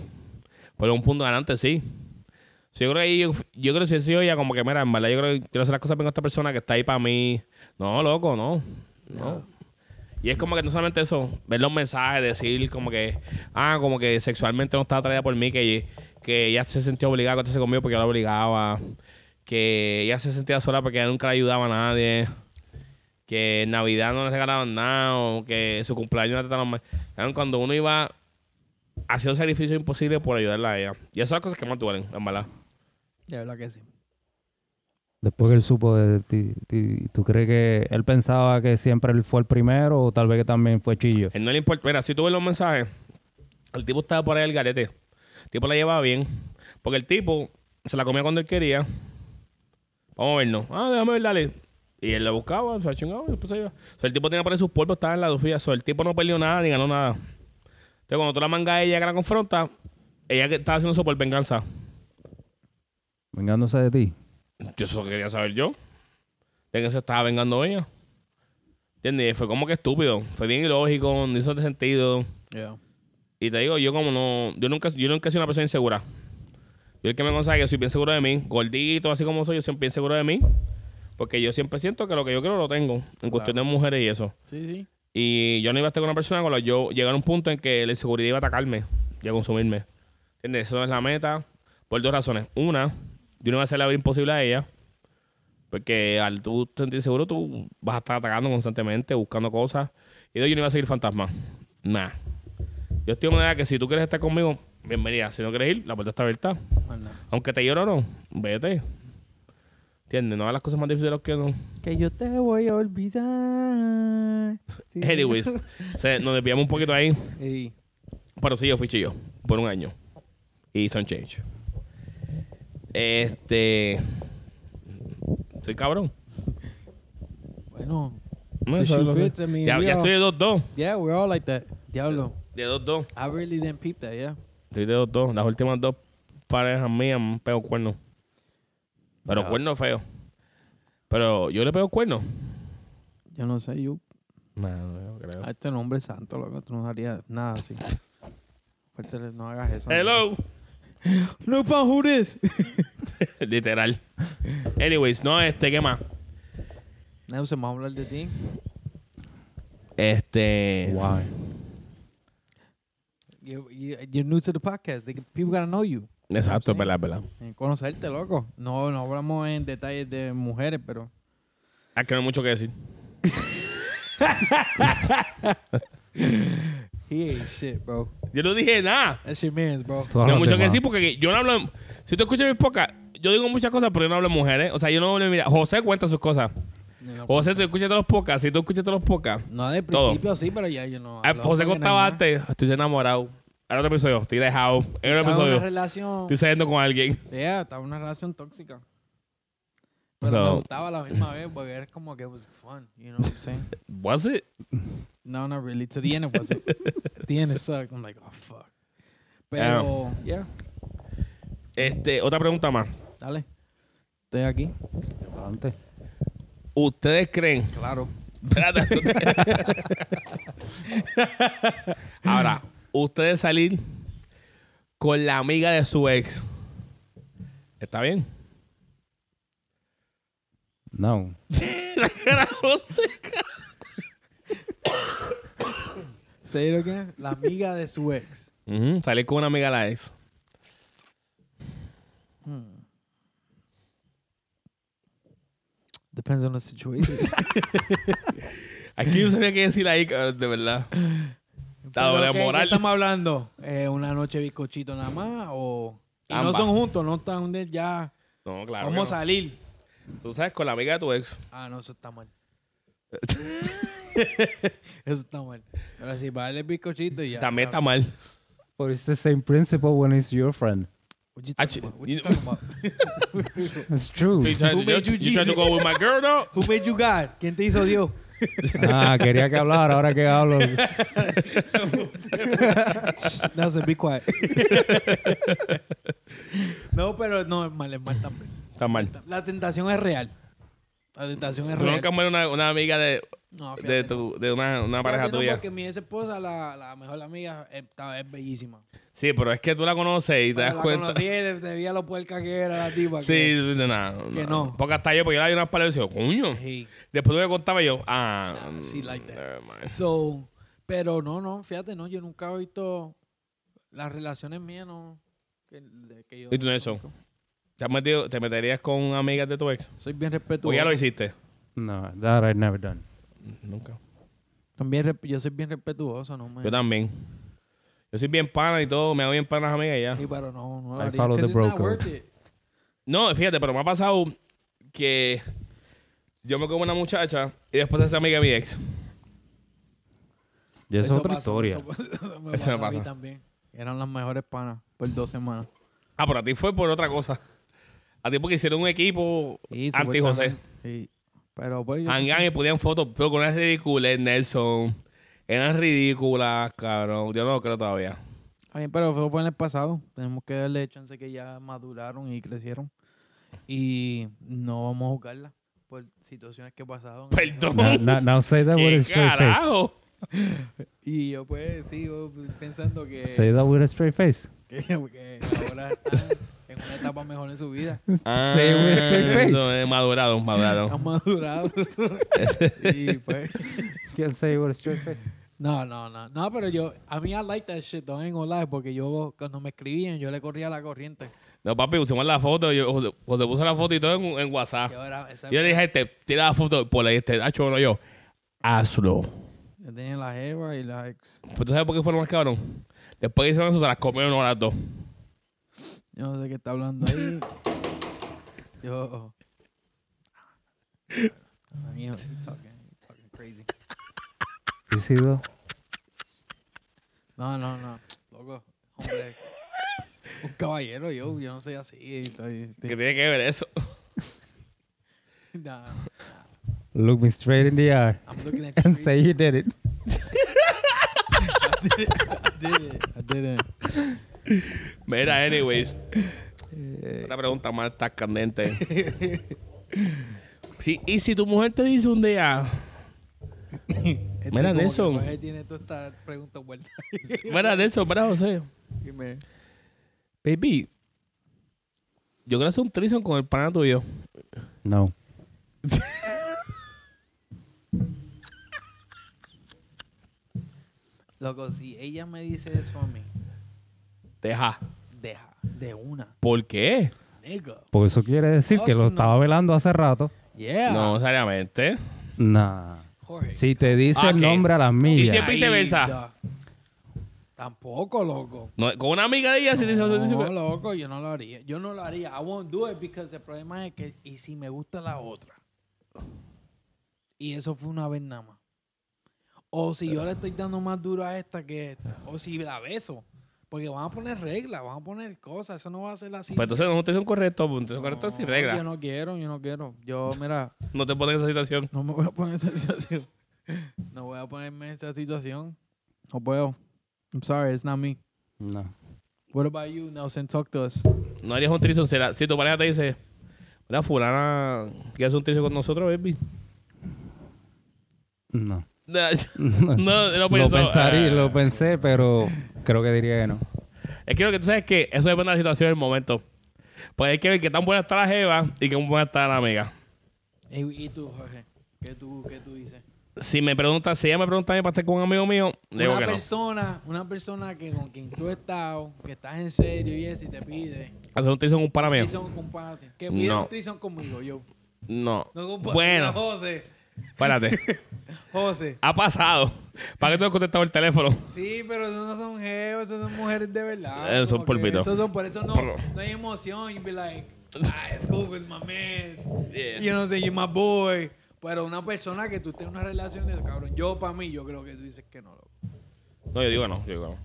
[SPEAKER 1] Pero en un punto adelante sí. So, yo creo que ahí yo, yo creo que si hubiese sido ella como que, mira, en verdad, yo creo que quiero hacer las cosas bien con esta persona que está ahí para mí. No, loco, no. No. Y es como que no solamente eso, ver los mensajes, decir como que, ah, como que sexualmente no estaba atraída por mí, que, que ella se sentía obligada a acostarse conmigo porque yo la obligaba, que ella se sentía sola porque ella nunca le ayudaba a nadie, que en Navidad no le regalaban nada, o que su cumpleaños la trataron mal. Saben, Cuando uno iba haciendo sacrificios imposibles por ayudarla a ella. Y esas son las cosas que más duelen, en verdad.
[SPEAKER 2] De verdad que sí.
[SPEAKER 3] Después que él supo de ti, ti- ¿tú crees que él pensaba que siempre él fue el primero o tal vez que también fue chillo?
[SPEAKER 1] Él no le importa. Mira, si tú ves los mensajes, el tipo estaba por ahí al garete. El tipo la llevaba bien. Porque el tipo se la comía cuando él quería. Vamos a vernos. Ah, déjame ver, dale. Y él la buscaba, se la chingaba y después se iba. O sea, el tipo tenía por ahí sus polvos, estaba en la dufía. O sea, el tipo no perdió nada ni ganó nada. Entonces, cuando tú la manga a ella que la confronta, ella que estaba haciendo eso por venganza.
[SPEAKER 3] Vengándose de ti.
[SPEAKER 1] Yo eso quería saber yo. De que se estaba vengando ella. ¿Entiendes? Y Fue como que estúpido. Fue bien ilógico, no hizo sentido.
[SPEAKER 2] Yo.
[SPEAKER 1] Y te digo, yo como no, yo nunca, yo nunca he sido una persona insegura. Yo el que me conoce, yo soy bien seguro de mí, gordito, así como soy, yo siempre bien seguro de mí, porque yo siempre siento que lo que yo quiero lo tengo, en cuestión de mujeres y eso.
[SPEAKER 2] Sí, sí.
[SPEAKER 1] Y yo no iba a estar con una persona con la que yo llegar a un punto en que la inseguridad iba a atacarme y a consumirme. ¿Entiendes? Eso no es la meta, por dos razones. Una, yo no iba a hacer la vida imposible a ella, porque al tú sentir seguro, tú vas a estar atacando constantemente, buscando cosas. Y dos, yo no iba a seguir fantasma. Nada. Yo estoy de manera que si tú quieres estar conmigo, bienvenida. Si no quieres ir, la puerta está abierta.
[SPEAKER 2] Más nada.
[SPEAKER 1] Aunque te lloro o no, vete. ¿Entiendes? No hagas las cosas más difíciles de lo que no.
[SPEAKER 2] Que yo te voy a olvidar. Sí.
[SPEAKER 1] Anyways, se- nos desviamos un poquito ahí.
[SPEAKER 2] Ey.
[SPEAKER 1] Pero sí, yo fui chillo por un año. Y son change. Este. Soy cabrón.
[SPEAKER 2] Bueno.
[SPEAKER 1] No, eso
[SPEAKER 2] The
[SPEAKER 1] es
[SPEAKER 2] shoe
[SPEAKER 1] lo que-
[SPEAKER 2] fits, I mean,
[SPEAKER 1] ya,
[SPEAKER 2] we
[SPEAKER 1] ya
[SPEAKER 2] all-
[SPEAKER 1] estoy de 2-2.
[SPEAKER 2] Yeah, we're all like that. Diablo.
[SPEAKER 1] De 2-2.
[SPEAKER 2] I really didn't peep that, yeah.
[SPEAKER 1] Estoy de 2-2. Las últimas dos parejas mías me pego cuernos. Pero
[SPEAKER 3] Ya.
[SPEAKER 1] cuernos feos. Pero yo le pego cuernos.
[SPEAKER 2] Yo no sé, yo.
[SPEAKER 1] No, no creo.
[SPEAKER 2] A este nombre santo, loco. Tú no harías nada así. Fuértele, No hagas eso.
[SPEAKER 1] Hello.
[SPEAKER 2] Look for who this.
[SPEAKER 1] Literal. Anyways, no, este, ¿qué más?
[SPEAKER 2] Nelson, vamos a hablar de ti.
[SPEAKER 1] Este.
[SPEAKER 3] Wow.
[SPEAKER 2] You, you, you're new to the podcast. They, people gotta know you.
[SPEAKER 1] Exacto,
[SPEAKER 2] Sí.
[SPEAKER 1] es verdad, es verdad.
[SPEAKER 2] Eh, Conocerte, loco. No, no hablamos en detalles de mujeres, pero.
[SPEAKER 1] Es Ah, que no hay mucho que decir.
[SPEAKER 2] He ain't shit, bro.
[SPEAKER 1] Yo no dije nada.
[SPEAKER 2] That's your man's, bro.
[SPEAKER 3] Tú
[SPEAKER 1] No hay
[SPEAKER 3] hablas de
[SPEAKER 1] mucho que
[SPEAKER 3] Juan.
[SPEAKER 1] decir porque yo no hablo. Si tú escuchas mis podcasts, yo digo muchas cosas, pero yo no hablo de mujeres. O sea, yo no hablo de mira. José cuenta sus cosas.
[SPEAKER 2] No,
[SPEAKER 1] José, tú escuchas todos los podcasts. Si tú escuchas todos los podcasts.
[SPEAKER 2] no, de
[SPEAKER 1] Todo.
[SPEAKER 2] principio sí, pero ya yo no.
[SPEAKER 1] Ah,
[SPEAKER 2] hablo
[SPEAKER 1] José
[SPEAKER 2] porque no hay
[SPEAKER 1] contaba
[SPEAKER 2] nada.
[SPEAKER 1] antes, estoy enamorado. Era otro episodio, estoy dejado. Era otro
[SPEAKER 2] Estaba en una
[SPEAKER 1] episodio,
[SPEAKER 2] relación.
[SPEAKER 1] estoy saliendo con alguien.
[SPEAKER 2] Yeah, estaba en una relación tóxica. Pero
[SPEAKER 1] So-
[SPEAKER 2] me gustaba a la misma vez porque era como que it was fun, you know what I'm saying?
[SPEAKER 1] Was it?
[SPEAKER 2] No, not really. pues. To the end it wasn't. At the end it sucked. I'm like, oh fuck. Pero, yeah,
[SPEAKER 1] Este, otra pregunta más.
[SPEAKER 2] dale. Estoy aquí.
[SPEAKER 3] Adelante.
[SPEAKER 1] ¿Ustedes creen?
[SPEAKER 2] Claro.
[SPEAKER 1] Espérate. Ahora, ustedes salir con la amiga de su ex. ¿Está bien?
[SPEAKER 3] No.
[SPEAKER 1] La cara seca.
[SPEAKER 2] Say it again. La amiga de su ex.
[SPEAKER 1] Ujú, Salí con una amiga de la ex.
[SPEAKER 2] Depends on the situation.
[SPEAKER 1] Aquí yo sabía qué decir ahí, eh, de verdad. Está
[SPEAKER 2] Pero,
[SPEAKER 1] doble
[SPEAKER 2] ¿qué- qué
[SPEAKER 1] moral.
[SPEAKER 2] estamos hablando? Eh, ¿Una noche bizcochito nada más? O... Y no
[SPEAKER 1] Ambas.
[SPEAKER 2] son juntos, no están de- ya.
[SPEAKER 1] No, claro. que
[SPEAKER 2] Vamos
[SPEAKER 1] no.
[SPEAKER 2] a salir.
[SPEAKER 1] Tú sabes, con la amiga de tu ex.
[SPEAKER 2] Ah, no, eso está mal. eso está mal. Ahora sí, para darle el bizcochito y ya.
[SPEAKER 1] También está mal.
[SPEAKER 3] But it's the este same principle when it's your friend.
[SPEAKER 2] What you
[SPEAKER 1] Ah,
[SPEAKER 2] talking
[SPEAKER 1] chi-
[SPEAKER 2] about? What you
[SPEAKER 1] you-
[SPEAKER 2] talking about?
[SPEAKER 3] That's true.
[SPEAKER 1] So you trying
[SPEAKER 2] Who
[SPEAKER 1] to,
[SPEAKER 2] made you
[SPEAKER 1] you, you trying to
[SPEAKER 2] Jesus?
[SPEAKER 1] go with my girl, though?
[SPEAKER 2] Who made you God? ¿Quién te hizo Dios?
[SPEAKER 3] ah, quería que hablar, ahora que hablo.
[SPEAKER 2] Nelson, be quiet. no, pero no, es mal, es mal también.
[SPEAKER 1] Está mal.
[SPEAKER 2] La tentación es real. La tentación es
[SPEAKER 1] Tú
[SPEAKER 2] real.
[SPEAKER 1] nunca mueres una, una amiga de,
[SPEAKER 2] No, fíjate,
[SPEAKER 1] de,
[SPEAKER 2] no.
[SPEAKER 1] tu, de una, una
[SPEAKER 2] Fíjate,
[SPEAKER 1] pareja
[SPEAKER 2] no,
[SPEAKER 1] tuya.
[SPEAKER 2] Porque mi ex esposa, la, la mejor amiga, eh, está- es bellísima.
[SPEAKER 1] Sí, pero es que tú la conoces y te
[SPEAKER 2] Pero
[SPEAKER 1] das
[SPEAKER 2] la
[SPEAKER 1] cuenta.
[SPEAKER 2] conocí, eh, te veía lo puerca que era la tipa.
[SPEAKER 1] Sí, de nada.
[SPEAKER 2] Que no.
[SPEAKER 1] Porque hasta yo, porque yo le di unas palabras y yo, coño.
[SPEAKER 2] que- Sí.
[SPEAKER 1] Después tú me contaba yo, ah.
[SPEAKER 2] Nah, she like that.
[SPEAKER 1] never mind.
[SPEAKER 2] So, pero no, no, fíjate, no, yo nunca he visto las relaciones mías, no. Que, de- que yo
[SPEAKER 1] ¿Y tú, Nelson?
[SPEAKER 2] conozco.
[SPEAKER 1] ¿Te, has metido, ¿Te meterías con amigas de tu ex?
[SPEAKER 2] Soy bien
[SPEAKER 1] ¿O
[SPEAKER 2] respetuoso.
[SPEAKER 1] Pues ya lo hiciste?
[SPEAKER 3] No, that I've never done.
[SPEAKER 1] Nunca.
[SPEAKER 2] También resp- yo soy bien respetuoso, no me.
[SPEAKER 1] Yo también. Yo soy bien pana y todo, me hago bien pana a las amigas y ya.
[SPEAKER 2] Sí, pero no, no lo
[SPEAKER 3] I
[SPEAKER 2] haría.
[SPEAKER 3] follow
[SPEAKER 2] 'cause
[SPEAKER 3] the
[SPEAKER 2] it's not
[SPEAKER 3] bro
[SPEAKER 2] worth
[SPEAKER 3] code.
[SPEAKER 2] it.
[SPEAKER 1] No, fíjate, pero me ha pasado que yo me como una muchacha y después se hace amiga de mi ex.
[SPEAKER 3] Ya es
[SPEAKER 2] Eso
[SPEAKER 3] otra
[SPEAKER 2] pasó,
[SPEAKER 3] historia.
[SPEAKER 2] Eso, eso me
[SPEAKER 1] Eso
[SPEAKER 2] pasó
[SPEAKER 1] me
[SPEAKER 2] a mí
[SPEAKER 1] pasa.
[SPEAKER 2] también. Eran las mejores panas por dos semanas.
[SPEAKER 1] Ah, pero a ti fue por otra cosa. A ti porque hicieron un equipo
[SPEAKER 2] Y
[SPEAKER 1] anti-José.
[SPEAKER 2] supuestamente- sí. Pero pues yo.
[SPEAKER 1] Hangan y ponían fotos pero con unas ridículas, Nelson. Eran ridículas, cabrón. Yo no lo creo todavía.
[SPEAKER 2] A mí, pero fue por el pasado. Tenemos que darle chance que ya maduraron y crecieron. Y no vamos a juzgarla por situaciones que pasaron.
[SPEAKER 1] Perdón.
[SPEAKER 3] Now, now, now say that with
[SPEAKER 1] ¿Qué
[SPEAKER 3] a straight face.
[SPEAKER 1] carajo?
[SPEAKER 2] Y yo pues sigo pensando que,
[SPEAKER 3] Say that with a straight face.
[SPEAKER 2] que, que ahora están en una etapa mejor en su vida.
[SPEAKER 1] Ah,
[SPEAKER 3] Sí, güey, straight face.
[SPEAKER 1] no, eh, madurado, madurado.
[SPEAKER 2] Han madurado. y pues...
[SPEAKER 3] Can't say it with a straight face.
[SPEAKER 2] No, no, no. No, pero yo... A mí I like that shit, don't ain't gonna lie, porque yo cuando me escribían yo le corría la corriente.
[SPEAKER 1] No, papi, pusimos la foto. Yo, José, José puso la foto y todo en, en WhatsApp.
[SPEAKER 2] Y ahora... Esa,
[SPEAKER 1] Yo le dije a este, tira la foto por ahí, este, hacho, bueno, yo, hazlo.
[SPEAKER 2] Yo tenía la jeva y la ex.
[SPEAKER 1] Pues tú sabes por qué fueron más cabrón. Después que hicieron eso, se las comieron a las dos.
[SPEAKER 2] Yo no sé qué está hablando ahí. Yo. Ah, You know, you're talking, you're talking crazy.
[SPEAKER 3] You see though?
[SPEAKER 2] No, no, no. Loco, hombre. Un caballero, yo, yo no soy así. estoy-
[SPEAKER 1] ¿Qué
[SPEAKER 2] estoy-
[SPEAKER 1] tiene que ver eso?
[SPEAKER 2] Nah,
[SPEAKER 3] Look me straight in the eye
[SPEAKER 2] I'm looking at you.
[SPEAKER 3] and say you did it.
[SPEAKER 2] I did it. I did it. I did it.
[SPEAKER 1] Mira, anyways. Otra pregunta más tan candente. Sí, y si tu mujer te dice un día,
[SPEAKER 2] Este
[SPEAKER 1] Mira,
[SPEAKER 2] como que
[SPEAKER 1] Nelson.
[SPEAKER 2] coge y tiene todas estas preguntas vueltas.
[SPEAKER 1] mira de eso, mira José,
[SPEAKER 2] Y me-
[SPEAKER 1] baby, yo quiero hacer un trison con el pana tuyo.
[SPEAKER 3] No.
[SPEAKER 2] Loco, si ella me dice eso a mí,
[SPEAKER 1] Deja.
[SPEAKER 2] deja, de una.
[SPEAKER 1] ¿Por qué?
[SPEAKER 2] Nigga.
[SPEAKER 3] Por eso quiere decir que lo
[SPEAKER 2] Oh, No.
[SPEAKER 3] estaba velando hace rato.
[SPEAKER 2] Yeah.
[SPEAKER 1] No necesariamente.
[SPEAKER 3] Nah.
[SPEAKER 2] Jorge.
[SPEAKER 3] Si te dice
[SPEAKER 1] Ah, Ok.
[SPEAKER 3] el nombre a las
[SPEAKER 1] Y
[SPEAKER 3] millas.
[SPEAKER 1] siempre- viceversa.
[SPEAKER 2] da. Tampoco, loco.
[SPEAKER 1] No, con una amiga de ella si te dice, te dice- pues,
[SPEAKER 2] No, loco, yo no lo haría. Yo no lo haría. I won't do it because el problema es que y si me gusta la otra. Y eso fue una vez nada más. O si yo le estoy dando más duro a esta que esta. O si la beso. Porque van a poner reglas, van a poner cosas. Eso no va a ser así.
[SPEAKER 1] Pues entonces no es un trison correcto, un trison correcto sin
[SPEAKER 2] No, Yo
[SPEAKER 1] regla. No.
[SPEAKER 2] no quiero, yo no quiero. Yo, mira,
[SPEAKER 1] te pones en esa situación.
[SPEAKER 2] no me voy a poner en esa situación. No voy a ponerme en esa situación. No puedo. I'm sorry, it's not me.
[SPEAKER 3] No.
[SPEAKER 2] What about you, Nelson? Talk to us.
[SPEAKER 1] No harías un trison. será- Si tu pareja te dice, mira, fulana, ¿quieres hacer un trison con nosotros, baby?
[SPEAKER 3] No.
[SPEAKER 1] No, no, no
[SPEAKER 3] Lo
[SPEAKER 1] pensó.
[SPEAKER 3] pensaría,
[SPEAKER 1] Ah.
[SPEAKER 3] lo pensé, pero creo que diría que no.
[SPEAKER 1] Es que lo que tú sabes es que eso depende de la situación del momento. Pues hay que ver qué tan buena está la jeva y qué tan buena está la amiga.
[SPEAKER 2] Y, y tú, Jorge, ¿qué tú, qué tú dices?
[SPEAKER 1] Si me pregunta, si ella me pregunta a mí para estar con un amigo mío, le digo
[SPEAKER 2] Una
[SPEAKER 1] que no.
[SPEAKER 2] persona, una persona que con quien tú estás, que estás en serio y eso, y te pide.
[SPEAKER 1] Hacer un trison con un pana mío.
[SPEAKER 2] Trison con Pati. Que pide
[SPEAKER 1] No.
[SPEAKER 2] un trison conmigo, yo.
[SPEAKER 1] No.
[SPEAKER 2] No con Pati,
[SPEAKER 1] Bueno,
[SPEAKER 2] José.
[SPEAKER 1] espérate.
[SPEAKER 2] José.
[SPEAKER 1] Ha pasado. ¿Para qué tú has contestado el teléfono?
[SPEAKER 2] Sí, pero esos no son geos, esos son mujeres de verdad.
[SPEAKER 1] Eh, son
[SPEAKER 2] como que
[SPEAKER 1] polvitos.
[SPEAKER 2] Esos son, por eso no,
[SPEAKER 1] Polvo.
[SPEAKER 2] no hay emoción. You'd be like, ah, it's cool, it's my mess.
[SPEAKER 1] Yeah.
[SPEAKER 2] You know, say you're my boy. Pero una persona que tú tengas una relación de cabrón, yo para mí, yo creo que tú dices que no. loco.
[SPEAKER 1] No, yo digo que no. Yo digo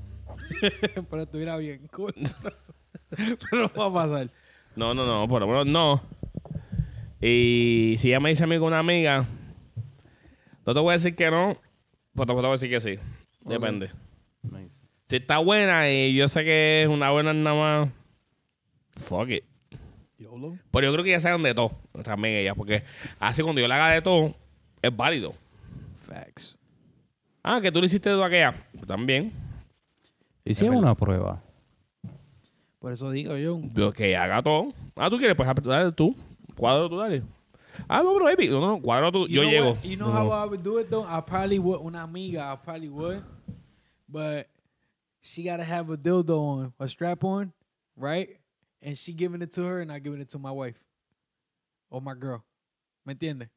[SPEAKER 1] que no.
[SPEAKER 2] pero estuviera bien, cool. pero no va a pasar.
[SPEAKER 1] No, no, no, por lo menos no. Y si ella me dice a mí con una amiga, no te voy a decir que no, pero te voy a decir que sí. Depende.
[SPEAKER 3] Nice.
[SPEAKER 1] Si está buena y yo sé que es una buena nada más, fuck it.
[SPEAKER 2] YOLO.
[SPEAKER 1] Pero yo creo que ya saben de todo, también ellas, porque así cuando yo le haga de todo, es válido.
[SPEAKER 2] Facts.
[SPEAKER 1] Ah, que tú le hiciste de todo a aquella, pues también.
[SPEAKER 3] Y si es una prueba.
[SPEAKER 2] Por eso digo yo.
[SPEAKER 1] Yo que haga todo. Ah, tú quieres, pues dale tú, cuadro tú, dale. Ah, no, pero baby, no, no, cuadro tú,
[SPEAKER 2] You
[SPEAKER 1] yo
[SPEAKER 2] know
[SPEAKER 1] llego.
[SPEAKER 2] What, you know how I would do it though? I probably would. Una amiga, I probably would. But she gotta have a dildo on, a strap on, right? And she giving it to her, and I giving it to my wife or my girl. ¿Me entiendes?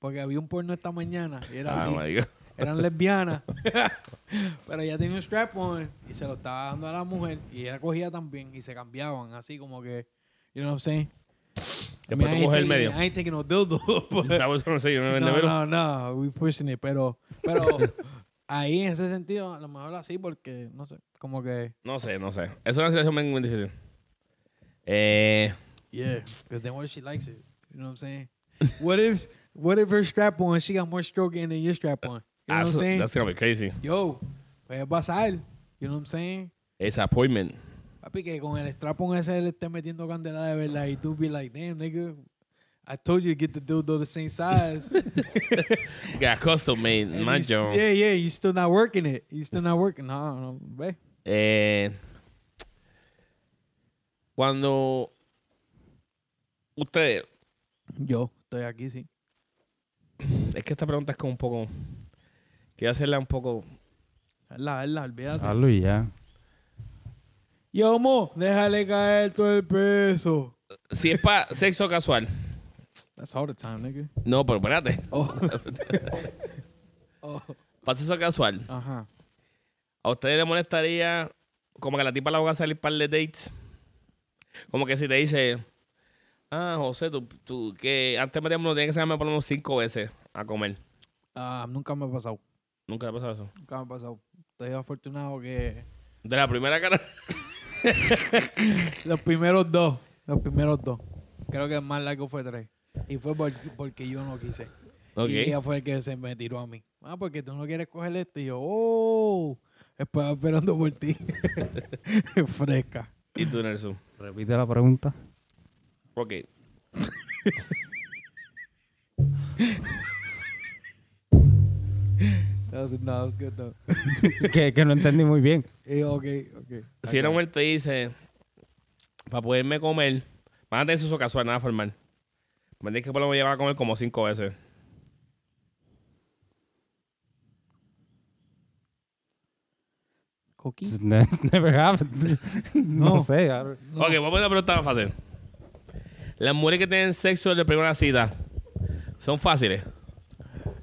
[SPEAKER 2] Porque había un porno esta mañana. y Era
[SPEAKER 1] Ah,
[SPEAKER 2] así.
[SPEAKER 1] my God.
[SPEAKER 2] eran lesbianas. Pero ella tenía un strap on y se lo estaba dando a la mujer. Y ella cogía también y se cambiaban, así como que, you know what I'm saying? I
[SPEAKER 1] Después
[SPEAKER 2] mean,
[SPEAKER 1] tú
[SPEAKER 2] I ain't
[SPEAKER 1] coges el
[SPEAKER 2] taking-
[SPEAKER 1] medio.
[SPEAKER 2] I ain't taking no dildo. but-
[SPEAKER 1] That was gonna say, you know, in the
[SPEAKER 2] no,
[SPEAKER 1] middle.
[SPEAKER 2] no, no, we pushing it, pero, pero ahí en ese sentido, a lo mejor así, porque, no sé, como que,
[SPEAKER 1] No sé, no sé. Es una situación muy, muy difícil. Eh,
[SPEAKER 2] yeah, because then what if she likes it? You know what I'm saying? What if, what if her strap on, she got more stroke in than your strap on? You know what I'm
[SPEAKER 1] that's,
[SPEAKER 2] saying?
[SPEAKER 1] ah, that's gonna be crazy.
[SPEAKER 2] Yo, puede pasar, you know what I'm saying?
[SPEAKER 1] It's appointment.
[SPEAKER 2] Papi, que con el strap on ese le esté metiendo candela de verdad y tú be like, damn, nigga, I told you to get the dildo the same size.
[SPEAKER 1] Got custom made,
[SPEAKER 2] And
[SPEAKER 1] my
[SPEAKER 2] you st-
[SPEAKER 1] job.
[SPEAKER 2] Yeah, yeah, you still not working it. You still not working. No, no, ve.
[SPEAKER 1] Eh, cuando ustedes,
[SPEAKER 2] Yo estoy aquí, sí.
[SPEAKER 1] es que esta pregunta es como un poco, quiero hacerla un poco.
[SPEAKER 2] Hazla, hazla, olvídate.
[SPEAKER 3] Hazlo y ya.
[SPEAKER 2] Yo, mo, déjale caer todo el peso.
[SPEAKER 1] Si es para sexo casual,
[SPEAKER 2] That's all the time, nigga.
[SPEAKER 1] no, pero espérate.
[SPEAKER 2] Oh. oh.
[SPEAKER 1] Para sexo casual,
[SPEAKER 2] Ajá.
[SPEAKER 1] ¿a ustedes les molestaría como que la tipa la van a salir para de dates? Como que si te dice, ah, José, tú, tú que antes metíamos, tienes que sacarme por lo menos cinco veces a comer.
[SPEAKER 2] Ah, nunca me ha pasado.
[SPEAKER 1] Nunca te ha pasado eso.
[SPEAKER 2] Nunca me ha pasado. Estoy afortunado que.
[SPEAKER 1] De la primera cara.
[SPEAKER 2] Los primeros dos. Los primeros dos. Creo que el más largo fue tres. Y fue por- porque yo no quise.
[SPEAKER 1] Ok.
[SPEAKER 2] Y ella fue el que se me tiró a mí. Ah, porque tú no quieres coger esto. Y yo, oh, estaba esperando por ti. Fresca.
[SPEAKER 1] ¿Y tú, Nelson?
[SPEAKER 3] Repite la pregunta.
[SPEAKER 1] Ok.
[SPEAKER 2] That was, no, that was good though.
[SPEAKER 3] que, que no entendí muy bien.
[SPEAKER 2] Y yo, Eh, ok, ok.
[SPEAKER 1] Si una mujer te dice, para poderme comer, mándate eso eso casual, nada formal. Me tienes que por lo menos llevar a comer como cinco veces.
[SPEAKER 2] Coquí.
[SPEAKER 3] It's ne- it's never happened. no.
[SPEAKER 2] No.
[SPEAKER 3] sé. I don't-
[SPEAKER 1] Ok, vamos a una pregunta más fácil. Las mujeres que tienen sexo en la primera cita son fáciles.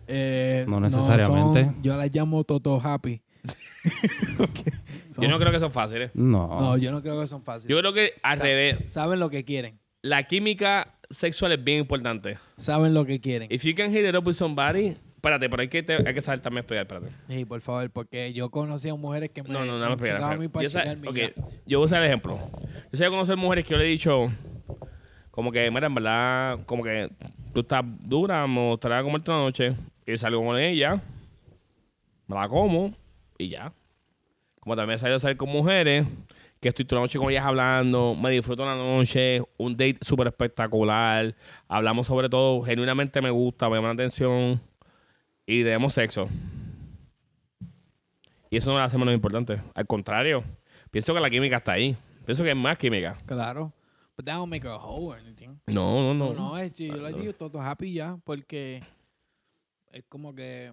[SPEAKER 2] Eh,
[SPEAKER 3] No necesariamente.
[SPEAKER 2] son- yo las llamo Toto Happy. Ok. Son-
[SPEAKER 1] Yo no creo que son fáciles.
[SPEAKER 3] No.
[SPEAKER 2] no, yo no creo que son fáciles.
[SPEAKER 1] Yo creo que al
[SPEAKER 2] Sa-
[SPEAKER 1] revés,
[SPEAKER 2] Saben lo que quieren.
[SPEAKER 1] la química sexual es bien importante.
[SPEAKER 2] Saben lo que quieren.
[SPEAKER 1] If you can hit it up with somebody, espérate, pero hay que, te- hay que saber también explicar, espérate.
[SPEAKER 2] Sí, por favor, porque yo conocía mujeres que me
[SPEAKER 1] No, no, no,
[SPEAKER 2] me
[SPEAKER 1] no, espera,
[SPEAKER 2] chocaban a
[SPEAKER 1] espera.
[SPEAKER 2] mí para
[SPEAKER 1] Yo, sa-
[SPEAKER 2] chingarme y
[SPEAKER 1] ok,
[SPEAKER 2] ya.
[SPEAKER 1] yo voy a usar el ejemplo. Yo sé conocer mujeres que yo le he dicho, como que, mira, en verdad, como que tú estás dura, me gustaría comerte una noche. Y yo salgo con ella, me la como y ya. Como también he salido a salir con mujeres, que estoy toda la noche con ellas hablando, me disfruto la noche, un date súper espectacular, hablamos sobre todo, genuinamente me gusta, me llama la atención y tenemos sexo. Y eso no lo hace menos importante. Al contrario, pienso que la química está ahí. Pienso que es más química.
[SPEAKER 2] Claro. But that don't make her a hoe or anything.
[SPEAKER 1] No, no, no.
[SPEAKER 2] No, no, es que yo le digo todo happy ya, porque es como que.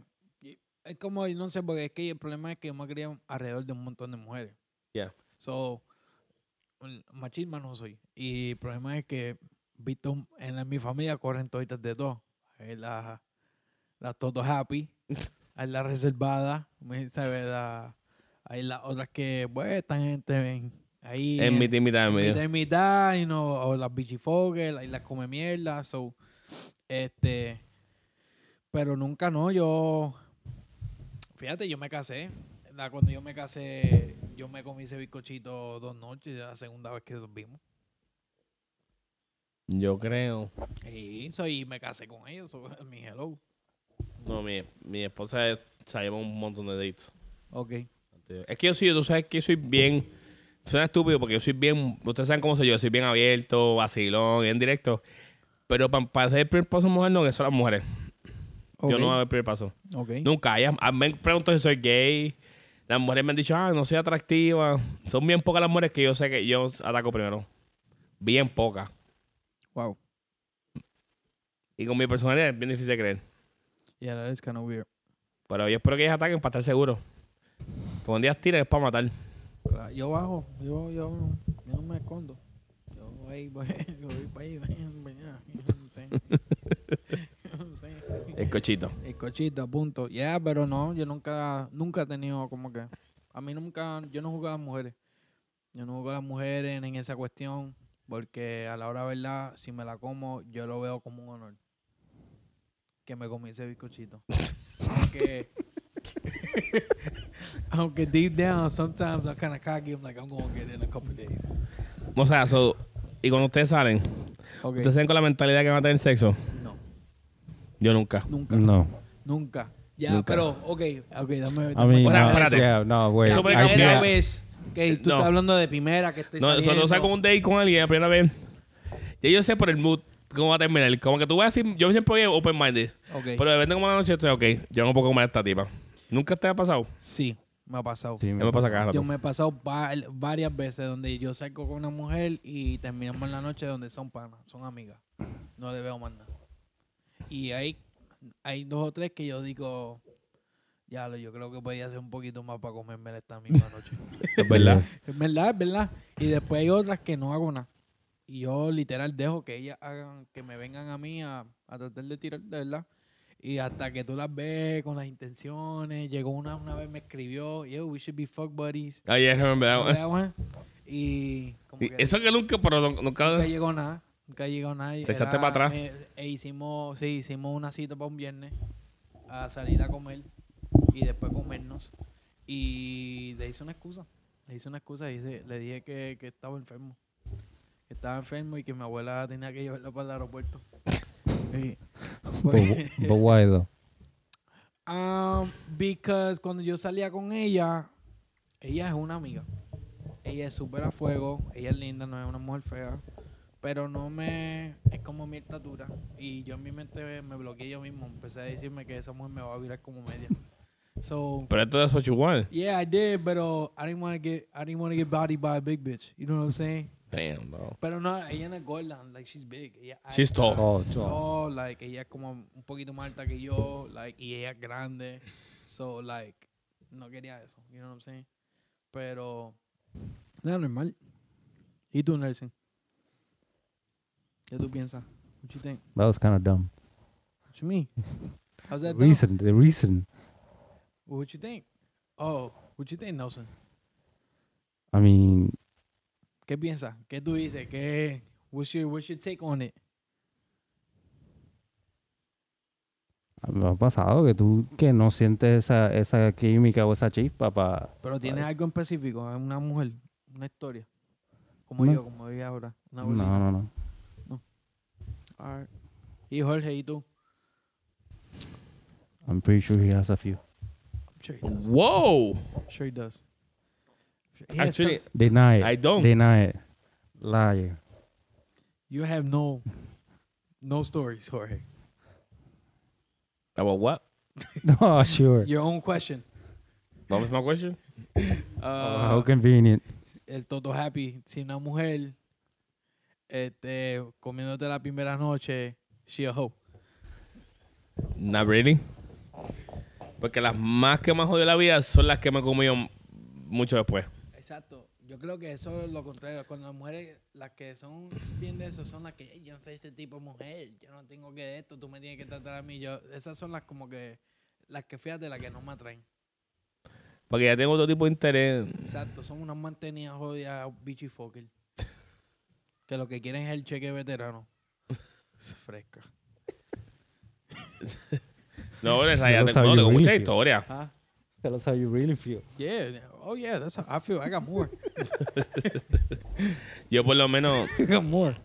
[SPEAKER 2] Es como, no sé, porque es que el problema es que yo me crié alrededor de un montón de mujeres.
[SPEAKER 1] Yeah.
[SPEAKER 2] So, el machismo no soy. Y el problema es que, visto, en la- mi familia corren toditas de dos. Hay la, la todo happy, hay la reservada, me sabe, la- hay las otras que, bueno, están entre. ahí
[SPEAKER 1] En
[SPEAKER 2] en-
[SPEAKER 1] mitad y mitad en medio.
[SPEAKER 2] mitad y mitad, y no, o las bichifogel, ahí las come mierda, so, este, pero nunca no, yo, fíjate, yo me casé, la- cuando yo me casé, yo me comí ese bizcochito dos noches, la segunda vez que nos vimos,
[SPEAKER 1] Yo creo.
[SPEAKER 2] y, so, y me casé con ellos, so, mi hello,
[SPEAKER 1] No, mi, mi esposa salimos un montón de dates.
[SPEAKER 2] ok,
[SPEAKER 1] Es que yo sí, tú sabes que yo soy bien. Suena estúpido porque yo soy bien. Ustedes saben cómo soy yo. Soy bien abierto, vacilón, bien directo. Pero para hacer el primer paso mujer, no, que son las mujeres. Yo no voy a ver el primer paso.
[SPEAKER 2] ok,
[SPEAKER 1] Nunca. Ellas a- me preguntan si soy gay. Las mujeres me han dicho, ah, no soy atractiva. Son bien pocas las mujeres que yo sé que yo ataco primero. Bien pocas.
[SPEAKER 2] wow,
[SPEAKER 1] Y con mi personalidad es bien difícil de creer.
[SPEAKER 2] yeah, that is kind of weird,
[SPEAKER 1] Pero yo espero que ellas ataquen para estar seguro. Porque un día tiren es para matar.
[SPEAKER 2] Claro, yo bajo, yo, yo, no- yo no me escondo, yo voy, voy, yo voy para ahí,
[SPEAKER 1] El cochito.
[SPEAKER 2] El cochito, punto. Ya, pero no, yo nunca, nunca he tenido como que. A mí nunca, yo no juego a las mujeres. Yo no juego a las mujeres en esa cuestión, porque a la hora de verdad, si me la como, yo lo veo como un honor. Que me comí ese bizcochito. aunque. aunque deep down, sometimes I'm kind of cocky, I'm like, I'm gonna get it in a couple days.
[SPEAKER 1] O sea, so- y cuando ustedes salen,
[SPEAKER 2] Okay.
[SPEAKER 1] ustedes salen con la mentalidad que van a tener sexo.
[SPEAKER 2] no,
[SPEAKER 1] Yo nunca.
[SPEAKER 2] nunca,
[SPEAKER 3] No.
[SPEAKER 2] nunca. Ya,
[SPEAKER 1] Nunca.
[SPEAKER 2] pero, ok, ok, dame.
[SPEAKER 3] I
[SPEAKER 2] dame
[SPEAKER 3] mean,
[SPEAKER 1] O sea,
[SPEAKER 3] no,
[SPEAKER 1] espérate.
[SPEAKER 3] yeah, no, wait.
[SPEAKER 1] Eso puede
[SPEAKER 3] I
[SPEAKER 2] La Pues,
[SPEAKER 1] cambiar.
[SPEAKER 2] primera
[SPEAKER 3] can't-
[SPEAKER 2] vez que tú
[SPEAKER 1] No.
[SPEAKER 2] estás hablando de primera que estoy
[SPEAKER 1] No,
[SPEAKER 2] saliendo.
[SPEAKER 1] cuando salgo un date con alguien la primera vez, ya yo sé por el mood cómo va a terminar. Como que tú vas a decir, yo siempre voy open-minded.
[SPEAKER 2] Ok.
[SPEAKER 1] Pero depende de cómo la noche estoy, ok, yo no puedo comer a esta tipa. ¿Nunca te ha pasado?
[SPEAKER 2] Sí, me ha pasado.
[SPEAKER 3] Sí,
[SPEAKER 1] Ya me pasa cada
[SPEAKER 2] Yo
[SPEAKER 1] rato.
[SPEAKER 2] me he pasado va- varias veces donde yo salgo con una mujer y terminamos en la noche donde son panas, son amigas. No le veo más nada. Y hay, hay dos o tres que yo digo, ya lo, yo creo que podía hacer un poquito más para comerme esta misma noche.
[SPEAKER 1] Es verdad.
[SPEAKER 2] es verdad, es verdad. Y después hay otras que no hago nada. Y yo literal dejo que ellas hagan, que me vengan a mí a, a tratar de tirar, de verdad. Y hasta que tú las ves con las intenciones. Llegó una, una vez me escribió, yo, we should be fuck buddies.
[SPEAKER 1] Ay, es verdad.
[SPEAKER 2] ¿Verdad, Juan? Y como que
[SPEAKER 1] Ah, Eso que nunca, pero nunca.
[SPEAKER 2] nunca llegó nada. Nunca llegó nada.
[SPEAKER 1] Te echaste para atrás.
[SPEAKER 2] me- e hicimos, sí, hicimos una cita para un viernes a salir a comer y después comernos. Y le hice una excusa. Le hice una excusa y dice- le dije que, que estaba enfermo. Que estaba enfermo y que mi abuela tenía que llevarlo para el aeropuerto. Y-
[SPEAKER 3] But, but why though?
[SPEAKER 2] Um, because cuando yo salía con ella, ella es una amiga. Ella es súper a fuego, ella es linda, no es una mujer fea. Pero no me. Es como mi estatura. Y yo en mi mente me bloqueé yo mismo. Empecé a decirme que esa mujer me va a virar como media. So.
[SPEAKER 1] Pero esto es what you want.
[SPEAKER 2] Yeah, I did, pero I didn't want to get I didn't want to get bodied by a big bitch. You know what I'm saying?
[SPEAKER 1] Damn, no.
[SPEAKER 2] Pero no, ella no es gorda, like she's big. Ella
[SPEAKER 1] She's tall.
[SPEAKER 3] Oh, so-
[SPEAKER 2] no, like, ella es como un poquito más alta que yo, like, y ella es grande. So, like, no quería eso, you know what I'm saying? Pero, nada, normal. ¿Y tú, Nelson? ¿Qué tú piensas? What you think?
[SPEAKER 3] that was kind of dumb.
[SPEAKER 2] What you mean? How's
[SPEAKER 1] Oh.
[SPEAKER 2] that done?
[SPEAKER 3] Reason, the reason.
[SPEAKER 2] What you think? Oh, what you think, Nelson?
[SPEAKER 3] I mean,
[SPEAKER 2] ¿Qué piensas? ¿Qué tú dices? ¿Qué? What's your, what's your take on it?
[SPEAKER 3] me ha pasado que tú que no sientes esa, esa química o esa chispa para
[SPEAKER 2] Pero tienes algo en específico, una mujer, una historia. Como
[SPEAKER 3] No.
[SPEAKER 2] yo, como yo ahora. Una
[SPEAKER 3] No,
[SPEAKER 2] bolita.
[SPEAKER 3] no, no.
[SPEAKER 2] Alright. Y Jorge, ¿y tú?
[SPEAKER 3] I'm pretty sure he has a few.
[SPEAKER 2] I'm sure he does.
[SPEAKER 1] Wow.
[SPEAKER 2] I'm sure he does. I'm sure- He has
[SPEAKER 1] Actually,
[SPEAKER 2] does.
[SPEAKER 3] Deny it.
[SPEAKER 1] I don't.
[SPEAKER 3] Deny it. Liar.
[SPEAKER 2] you have no no stories, Jorge.
[SPEAKER 1] About what?
[SPEAKER 3] oh, sure.
[SPEAKER 2] Your own question.
[SPEAKER 1] What was my question?
[SPEAKER 2] Uh,
[SPEAKER 3] Ah, How convenient.
[SPEAKER 2] El Toto Happy, si una mujer este, comiéndote la primera noche, she a hoe.
[SPEAKER 1] Not really. Porque las más que me jodió la vida son las que me he comido m- mucho después.
[SPEAKER 2] Exacto. Yo creo que eso es lo contrario. Cuando las mujeres, las que son bien de eso, son las que "Ey, yo no soy este tipo de mujer, yo no tengo que esto, tú me tienes que tratar a mí. Yo, esas son las como que, las que fíjate, las que no me atraen.
[SPEAKER 1] Porque ya tengo otro tipo de interés.
[SPEAKER 2] Exacto, son unas mantenidas jodidas bichifoker. que lo que quieren es el cheque veterano. Es fresca.
[SPEAKER 1] No, bueno, en
[SPEAKER 3] lo
[SPEAKER 1] realidad tengo,
[SPEAKER 3] sabía
[SPEAKER 1] no, tengo
[SPEAKER 3] bien,
[SPEAKER 1] mucha
[SPEAKER 3] tío.
[SPEAKER 1] historia.
[SPEAKER 2] Ah,
[SPEAKER 3] Tell us how you really feel.
[SPEAKER 2] yeah. Oh, yeah, that's how I feel. I got more.
[SPEAKER 1] Yo por lo menos,
[SPEAKER 2] I got more.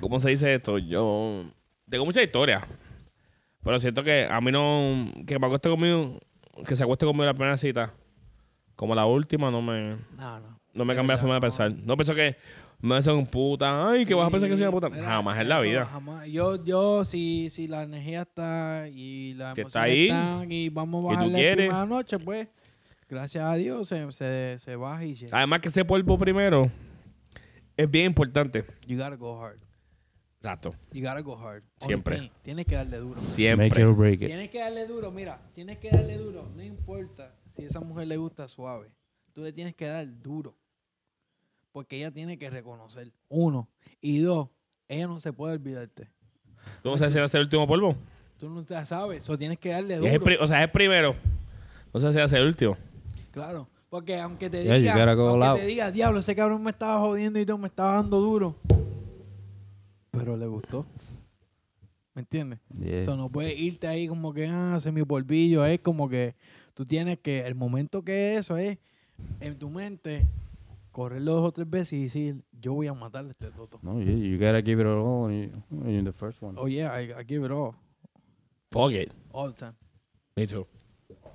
[SPEAKER 1] ¿cómo se dice esto? Yo tengo mucha historia. Pero siento que a mí no, que me acueste conmigo, que se acueste conmigo en la primera cita, como la última, no me,
[SPEAKER 2] No, no.
[SPEAKER 1] no me
[SPEAKER 2] De
[SPEAKER 1] cambia la
[SPEAKER 2] verdad,
[SPEAKER 1] forma de
[SPEAKER 2] no.
[SPEAKER 1] pensar. No pienso que me vas a hacer un puta, ay, que vas a pensar que soy una puta.
[SPEAKER 2] Mira,
[SPEAKER 1] Jamás en la
[SPEAKER 2] eso,
[SPEAKER 1] vida.
[SPEAKER 2] jamás. Yo, yo si, si la energía está y la
[SPEAKER 1] Que
[SPEAKER 2] emoción
[SPEAKER 1] está ahí,
[SPEAKER 2] y vamos
[SPEAKER 1] que tú
[SPEAKER 2] a bajarle la
[SPEAKER 1] quieres.
[SPEAKER 2] primera noche, pues, gracias a Dios se, se, se baja y llega.
[SPEAKER 1] Además que ese polvo primero es bien importante.
[SPEAKER 2] You gotta go hard.
[SPEAKER 1] Exacto.
[SPEAKER 2] You gotta go hard. Only
[SPEAKER 1] Siempre.
[SPEAKER 2] thing, Tienes que darle duro.
[SPEAKER 3] Make it or
[SPEAKER 1] Siempre.
[SPEAKER 3] break it.
[SPEAKER 2] Tienes que darle duro, mira, tienes que darle duro. No importa si a esa mujer le gusta suave. Tú le tienes que dar duro. Porque ella tiene que reconocer. Uno. Y dos, ella no se puede olvidarte.
[SPEAKER 1] ¿Tú no sabes si va a ser el último polvo?
[SPEAKER 2] Tú no te sabes. Eso tienes que darle
[SPEAKER 1] Es
[SPEAKER 2] duro.
[SPEAKER 1] el pri- o sea, es el primero. No sé si va a ser el último.
[SPEAKER 2] Claro. Porque aunque te
[SPEAKER 3] Yeah, you
[SPEAKER 2] diga,
[SPEAKER 3] gotta go
[SPEAKER 2] aunque
[SPEAKER 3] all
[SPEAKER 2] te
[SPEAKER 3] out.
[SPEAKER 2] diga, diablo, ese cabrón me estaba jodiendo y todo, me estaba dando duro. Pero le gustó. ¿Me entiendes?
[SPEAKER 3] Yeah.
[SPEAKER 2] Eso no puedes irte ahí como que, ah, mi polvillo. Es como que tú tienes que, el momento que eso es, en tu mente, correrlo dos o tres veces y decir, yo voy a matarle a este toto.
[SPEAKER 3] No, you, you gotta give it all when you, when you're the first
[SPEAKER 1] Oh.
[SPEAKER 3] one.
[SPEAKER 2] Oye, I, I give it all.
[SPEAKER 1] Fuck it.
[SPEAKER 2] All the time.
[SPEAKER 1] Me too.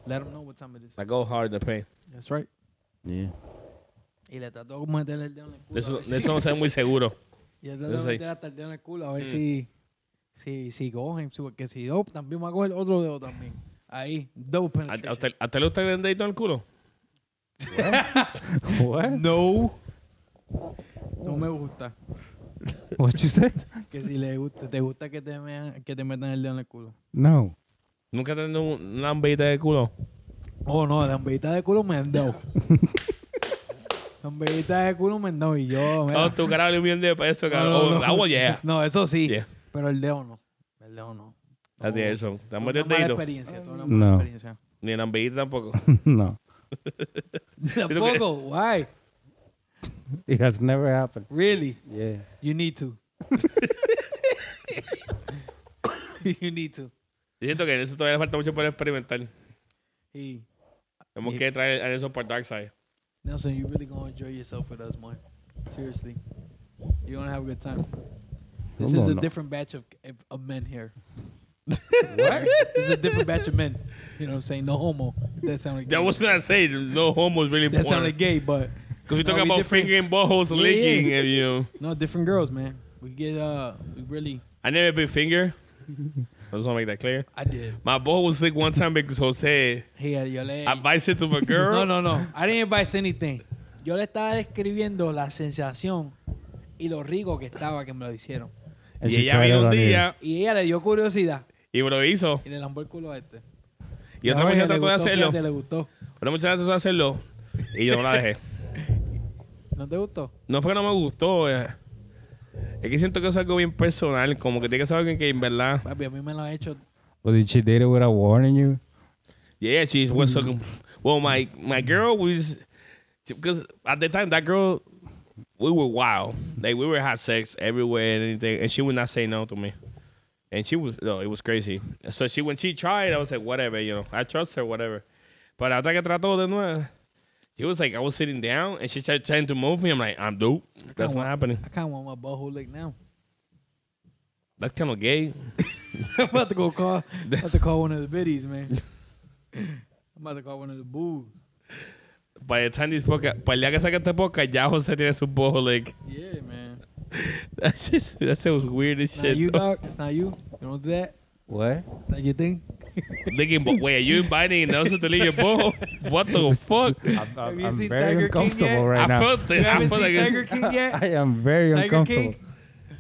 [SPEAKER 2] Let them know what time it is.
[SPEAKER 1] I go hard to pay.
[SPEAKER 2] That's right.
[SPEAKER 3] Yeah.
[SPEAKER 2] Y le trató de meterle el dedo en el culo.
[SPEAKER 1] De eso,
[SPEAKER 2] a ver
[SPEAKER 1] de
[SPEAKER 2] si-
[SPEAKER 1] eso Mm. no sé muy seguro.
[SPEAKER 2] Y él trata
[SPEAKER 1] Yo
[SPEAKER 2] de
[SPEAKER 1] sé.
[SPEAKER 2] meter hasta el dedo en el culo a ver si, si, si cogen. si- Porque si no, también va a coger otro dedo también. Ahí, double
[SPEAKER 1] ¿A,
[SPEAKER 2] penetration.
[SPEAKER 1] Ah, a usted, ¿A usted le gusta el dedito en el culo?
[SPEAKER 3] What?
[SPEAKER 2] No. No me gusta.
[SPEAKER 3] What you said?
[SPEAKER 2] Que si le gusta, te gusta que te, mean- que te metan el dedo en el culo.
[SPEAKER 3] No.
[SPEAKER 1] ¿Nunca tenido un- una ambita de culo?
[SPEAKER 2] Oh, no, la amiguita de culo me han dado. la amiguita de culo me han dado y yo. mira.
[SPEAKER 1] Oh, tu cara vale un millón de pesos,
[SPEAKER 2] No,
[SPEAKER 1] cabrón.
[SPEAKER 2] no,
[SPEAKER 1] Oh,
[SPEAKER 2] no.
[SPEAKER 1] agua, yeah.
[SPEAKER 2] No, eso sí.
[SPEAKER 1] Yeah.
[SPEAKER 2] Pero el dedo no. El dedo no.
[SPEAKER 1] Ya tiene
[SPEAKER 2] No.
[SPEAKER 1] eso. ¿Te
[SPEAKER 2] Tuve
[SPEAKER 1] han
[SPEAKER 2] Una
[SPEAKER 1] metido el
[SPEAKER 2] mala
[SPEAKER 1] dedito?
[SPEAKER 2] experiencia. tuve Una mala
[SPEAKER 3] No.
[SPEAKER 2] experiencia.
[SPEAKER 1] Ni una ambita tampoco.
[SPEAKER 3] no.
[SPEAKER 2] Tampoco. Why?
[SPEAKER 3] It has never happened.
[SPEAKER 2] Really?
[SPEAKER 3] Yeah.
[SPEAKER 2] You need to. you need to.
[SPEAKER 1] Yo siento que en eso todavía le falta mucho para experimentar.
[SPEAKER 2] Hey,
[SPEAKER 1] Tenemos
[SPEAKER 2] Y-
[SPEAKER 1] que traer a eso para Darkseid.
[SPEAKER 2] Nelson, you really gonna enjoy yourself with us, man. Seriously, you're gonna have a good time. This
[SPEAKER 3] Hold
[SPEAKER 2] is
[SPEAKER 3] on
[SPEAKER 2] a
[SPEAKER 3] now.
[SPEAKER 2] different batch of, of men here. what? This is a different batch of men. You know what I'm saying? No homo. That sounded gay.
[SPEAKER 1] That was not saying no homo is really
[SPEAKER 2] that
[SPEAKER 1] important.
[SPEAKER 2] sounded gay, but
[SPEAKER 1] Because we
[SPEAKER 2] No,
[SPEAKER 1] talk
[SPEAKER 2] we
[SPEAKER 1] about
[SPEAKER 2] different.
[SPEAKER 1] fingering buttholes
[SPEAKER 2] Yeah,
[SPEAKER 1] licking
[SPEAKER 2] yeah.
[SPEAKER 1] and eh, you know.
[SPEAKER 2] no different girls, man. We get uh, we really.
[SPEAKER 1] I never been finger. I just want to make that clear.
[SPEAKER 2] I did.
[SPEAKER 1] My butthole was licked one time because Jose
[SPEAKER 2] Hey, Ariole.
[SPEAKER 1] advised it to my girl.
[SPEAKER 2] No, no, no. I didn't advise anything. Yo le estaba describiendo la sensación y lo rico que estaba que me lo hicieron.
[SPEAKER 3] And
[SPEAKER 1] Y
[SPEAKER 3] she
[SPEAKER 1] ella
[SPEAKER 3] tried
[SPEAKER 1] vino
[SPEAKER 3] it
[SPEAKER 1] un
[SPEAKER 3] on you.
[SPEAKER 1] día
[SPEAKER 2] Y ella le dio curiosidad
[SPEAKER 1] y me lo hizo.
[SPEAKER 2] y le lambó el culo a este.
[SPEAKER 1] Y otra
[SPEAKER 2] vez
[SPEAKER 1] muchacha trató de hacerlo.
[SPEAKER 2] le gustó.
[SPEAKER 1] Otra muchacha trató de hacerlo y yo no la dejé.
[SPEAKER 2] ¿No te gustó?
[SPEAKER 1] No fue que no me gustó. eh. Es que siento que eso es algo bien personal. Como que tiene que ser alguien que en verdad.
[SPEAKER 2] Papi, a mí me lo ha hecho.
[SPEAKER 3] Was it she did it without warning you?
[SPEAKER 1] Yeah, she was sucking. Well, my my girl was because at the time that girl we were wild. Like we were have sex everywhere and anything, and she would not say no to me. And she was no, it was crazy. So she when she tried, I was like whatever, you know, I trust her, whatever. But after I trató de nuevo, she was like I was sitting down and she tried trying to move me. I'm like I'm dope. That's not happening.
[SPEAKER 2] I kind of want my butthole licked now.
[SPEAKER 1] That's kind of gay.
[SPEAKER 2] I'm about to go call. I'm about to call one of the biddies, man. I'm about to call one of the boobs.
[SPEAKER 1] By the time this podcast, para el día que saque este podcast, ya José tiene su bojo like.
[SPEAKER 2] Yeah, man.
[SPEAKER 1] That shit, that shit was weird as
[SPEAKER 2] It's
[SPEAKER 1] shit.
[SPEAKER 2] not you,
[SPEAKER 1] though.
[SPEAKER 2] dog. It's not you. You don't do that.
[SPEAKER 3] What?
[SPEAKER 2] It's not your thing.
[SPEAKER 1] Thinking, but wait, are you inviting Nelson to leave your bowl? What the fuck?
[SPEAKER 3] I'm,
[SPEAKER 2] Have
[SPEAKER 3] I'm,
[SPEAKER 2] you
[SPEAKER 3] I'm
[SPEAKER 2] seen
[SPEAKER 3] very
[SPEAKER 2] Tiger King
[SPEAKER 3] uncomfortable
[SPEAKER 2] yet?
[SPEAKER 3] right
[SPEAKER 1] I
[SPEAKER 3] now.
[SPEAKER 1] felt
[SPEAKER 2] You
[SPEAKER 1] it. I
[SPEAKER 2] haven't
[SPEAKER 1] felt
[SPEAKER 2] seen
[SPEAKER 1] like
[SPEAKER 2] Tiger
[SPEAKER 1] it.
[SPEAKER 2] King yet?
[SPEAKER 3] I am very
[SPEAKER 2] Tiger
[SPEAKER 3] uncomfortable.
[SPEAKER 2] King?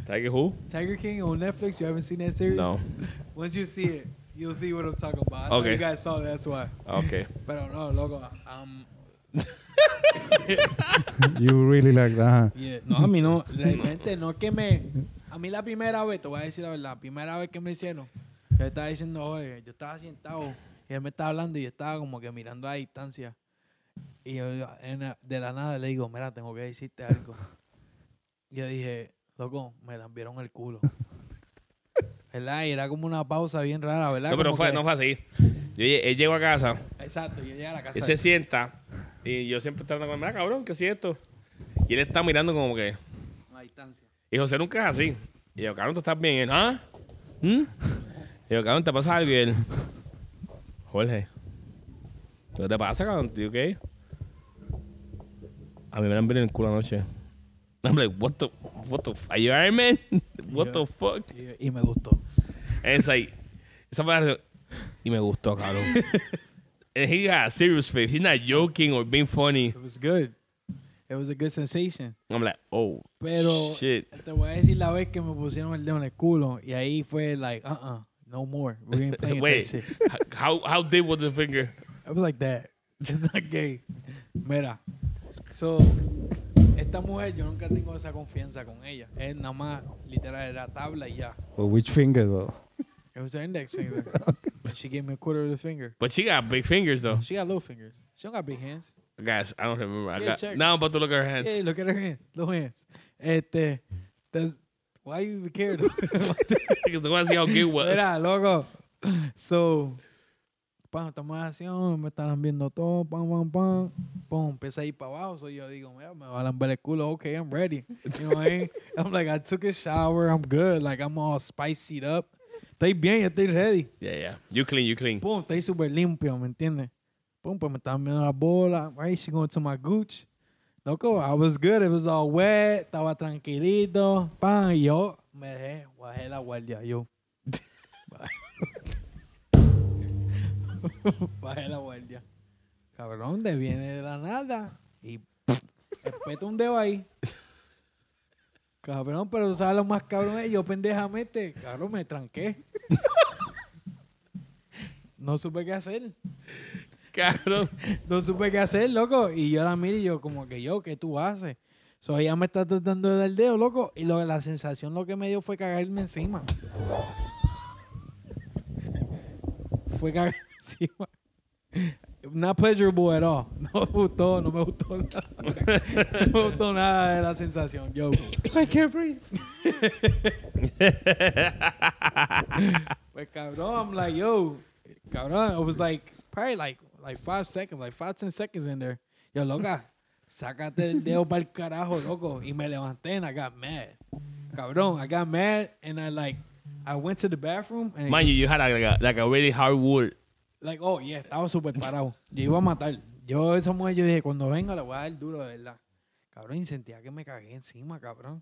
[SPEAKER 1] Tiger who?
[SPEAKER 2] Tiger King on Netflix. You haven't seen that series?
[SPEAKER 1] No.
[SPEAKER 2] Once you see it, you'll see what I'm talking about. I thought
[SPEAKER 1] Okay.
[SPEAKER 2] you guys saw it, that's why.
[SPEAKER 1] Okay.
[SPEAKER 2] Pero no, loco. Um,
[SPEAKER 3] you really like that, huh?
[SPEAKER 2] yeah. eh, No, a mí no. Realmente no es que me. A mí la primera vez, te voy a decir la verdad, la primera vez que me hicieron, yo estaba diciendo, oye, yo estaba sentado y él me estaba hablando y yo estaba como que mirando a distancia. Y yo en la- de la nada le digo, mira, tengo que decirte algo. Yo dije, loco, me lambieron el culo. ¿Verdad? Y era como una pausa bien rara, ¿verdad?
[SPEAKER 1] No, pero
[SPEAKER 2] Como
[SPEAKER 1] fue,
[SPEAKER 2] que-
[SPEAKER 1] no fue así. Yo, lle- él llegó a casa,
[SPEAKER 2] Exacto, yo llegué a la casa.
[SPEAKER 1] él se sienta y yo siempre estaba hablando con él, mira, cabrón, ¿qué es esto? Y él está mirando como que,
[SPEAKER 2] a distancia.
[SPEAKER 1] y José nunca es así. Y yo, cabrón, ¿tú estás bien? Y él, ¿ah? ¿Mm? Y yo, cabrón, ¿te pasa algo? Y él, Jorge, ¿qué te pasa, cabrón? ¿Tú qué? A mí me la han venido en el culo anoche. I'm like, what the, what the, f- are you Iron Man? What the fuck?
[SPEAKER 2] Y, y me gustó.
[SPEAKER 1] And it's like, esa fue la reacción. Y me gustó, cabrón. And he got a serious face. He's not joking or being funny.
[SPEAKER 2] It was good. It was a good sensation.
[SPEAKER 1] I'm like, oh,
[SPEAKER 2] Pero
[SPEAKER 1] shit.
[SPEAKER 2] te voy a decir la vez que me pusieron el dedo en el culo y ahí fue like, uh-uh, no more. We ain't playing
[SPEAKER 1] Wait,
[SPEAKER 2] that shit.
[SPEAKER 1] how how deep was the finger?
[SPEAKER 2] I was like that. It's not gay. Mira. So, esta mujer, yo nunca tengo esa confianza con ella. Es nada más, literal, era tabla y ya.
[SPEAKER 3] But which finger though?
[SPEAKER 2] It was her index finger. She gave me a quarter of the finger.
[SPEAKER 1] But she got big fingers though.
[SPEAKER 2] She got little fingers. She don't got big hands.
[SPEAKER 1] Guys, I don't remember. I
[SPEAKER 2] Yeah,
[SPEAKER 1] got,
[SPEAKER 2] check.
[SPEAKER 1] now I'm about to look at her hands.
[SPEAKER 2] Hey, look at her hands. Little hands. Este, that's, why you even care? though?
[SPEAKER 1] Because I want to see how good it was.
[SPEAKER 2] Mira, loco. So, pam, estamos en acción, me están viendo todo, pam, pam, pam. Pum, empieza a ir para abajo. So yo digo, mira, me va a lamber el culo. Okay, I'm ready. You know what I mean? I'm like, I took a shower. I'm good. Like, I'm all spicied up. Estoy bien, estoy ready.
[SPEAKER 1] Yeah, yeah. You clean, you clean.
[SPEAKER 2] Pum, estoy súper limpio, ¿me entiendes? Pum, pues me estaban viendo la bola. Right, she going to my gooch. Loco, I was good. It was all wet. Estaba tranquilito. Pam, y yo me dejé, bajé la guardia. Yo. bajé la guardia. Cabrón, de viene de la nada. Y espeta un dedo ahí. Cabrón, pero tú sabes lo más cabrón es yo pendejamente. Cabrón, me tranqué. No supe qué hacer.
[SPEAKER 1] Cabrón.
[SPEAKER 2] No supe qué hacer, loco. Y yo la miro y yo, como que yo, ¿qué tú haces? So ella me está tratando de dar el dedo, loco. Y lo, la sensación lo que me dio fue cagarme encima. fue cagarme encima. Not pleasurable at all. No me gustó, no me gustó nada. No me gustó nada de la sensación, yo.
[SPEAKER 3] I can't breathe.
[SPEAKER 2] Pues cabrón, I'm like, yo, cabrón, it was like probably like like five seconds, like five, ten seconds in there. Yo, loca, sácate el dedo para el carajo, loco. Y me levanté and I got mad. Cabrón, I got mad and I like I went to the bathroom and
[SPEAKER 1] Mind you, you had like a, like a really hard wood.
[SPEAKER 2] like oh yeah, estaba súper parado. Yo iba a matar. Yo esa mujer yo dije, cuando venga le voy a dar duro de verdad. Cabrón, y sentía que me cagué encima, cabrón.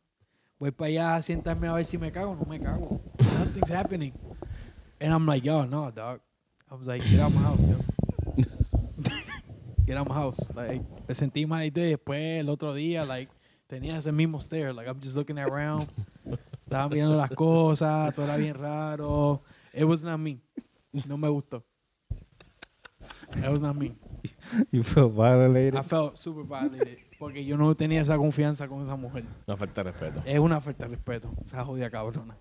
[SPEAKER 2] Voy para allá a sentarme a ver si me cago, no me cago. Nothing's happening. And I'm like, yo, no, dog. I was like, get out my house, yo. get out my house. Like, me sentí mal y todo, y después el otro día, like, tenía ese mismo stare. Like, I'm just looking around. Estaba mirando las cosas, todo era bien raro. It was not me. No me gustó. It was not me.
[SPEAKER 3] You feel violated.
[SPEAKER 2] I felt super violated. Porque yo no tenía esa confianza con esa mujer.
[SPEAKER 1] No falta de respeto.
[SPEAKER 2] Es una falta de respeto. Esa jodida cabrona.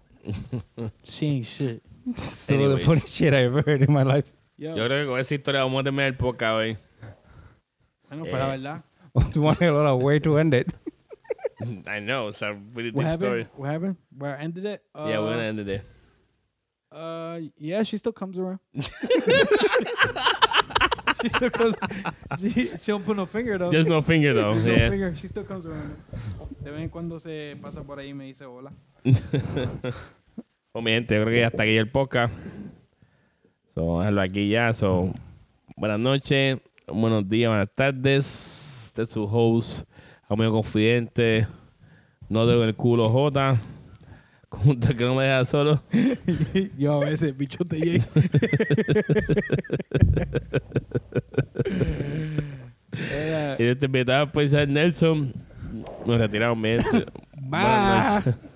[SPEAKER 2] She ain't shit.
[SPEAKER 3] Some of the
[SPEAKER 1] Anyways.
[SPEAKER 3] funny shit I ever heard in my life.
[SPEAKER 2] Yo,
[SPEAKER 1] Yo creo que con esa historia vamos a terminar el podcast hoy.
[SPEAKER 2] bueno, fue la
[SPEAKER 1] eh,
[SPEAKER 2] verdad.
[SPEAKER 3] Only a lot of way to end it.
[SPEAKER 1] I know, it's a really
[SPEAKER 2] What
[SPEAKER 1] deep
[SPEAKER 2] happened?
[SPEAKER 1] story.
[SPEAKER 2] What happened? Where I ended it? Uh,
[SPEAKER 1] Yeah, we're gonna end it there.
[SPEAKER 2] Uh, yeah, she still comes around. she still comes. She, she don't put no finger though.
[SPEAKER 1] There's no finger though.
[SPEAKER 2] There's no
[SPEAKER 1] yeah.
[SPEAKER 2] finger. She still comes around. De vez en cuando se pasa por ahí y me dice hola.
[SPEAKER 1] Bueno, Oh, mi gente, yo creo que hasta aquí el podcast. So, vamos a dejarlo aquí ya. So, buenas noches, buenos días, buenas tardes. Este es su host, amigo confidente. No debo el culo J. Como usted que no me deja solo.
[SPEAKER 2] Yo a veces, bicho te llega. Era-
[SPEAKER 1] Y de este invitado puede ser Nelson. Nos retiramos, mi gente.
[SPEAKER 2] Bye.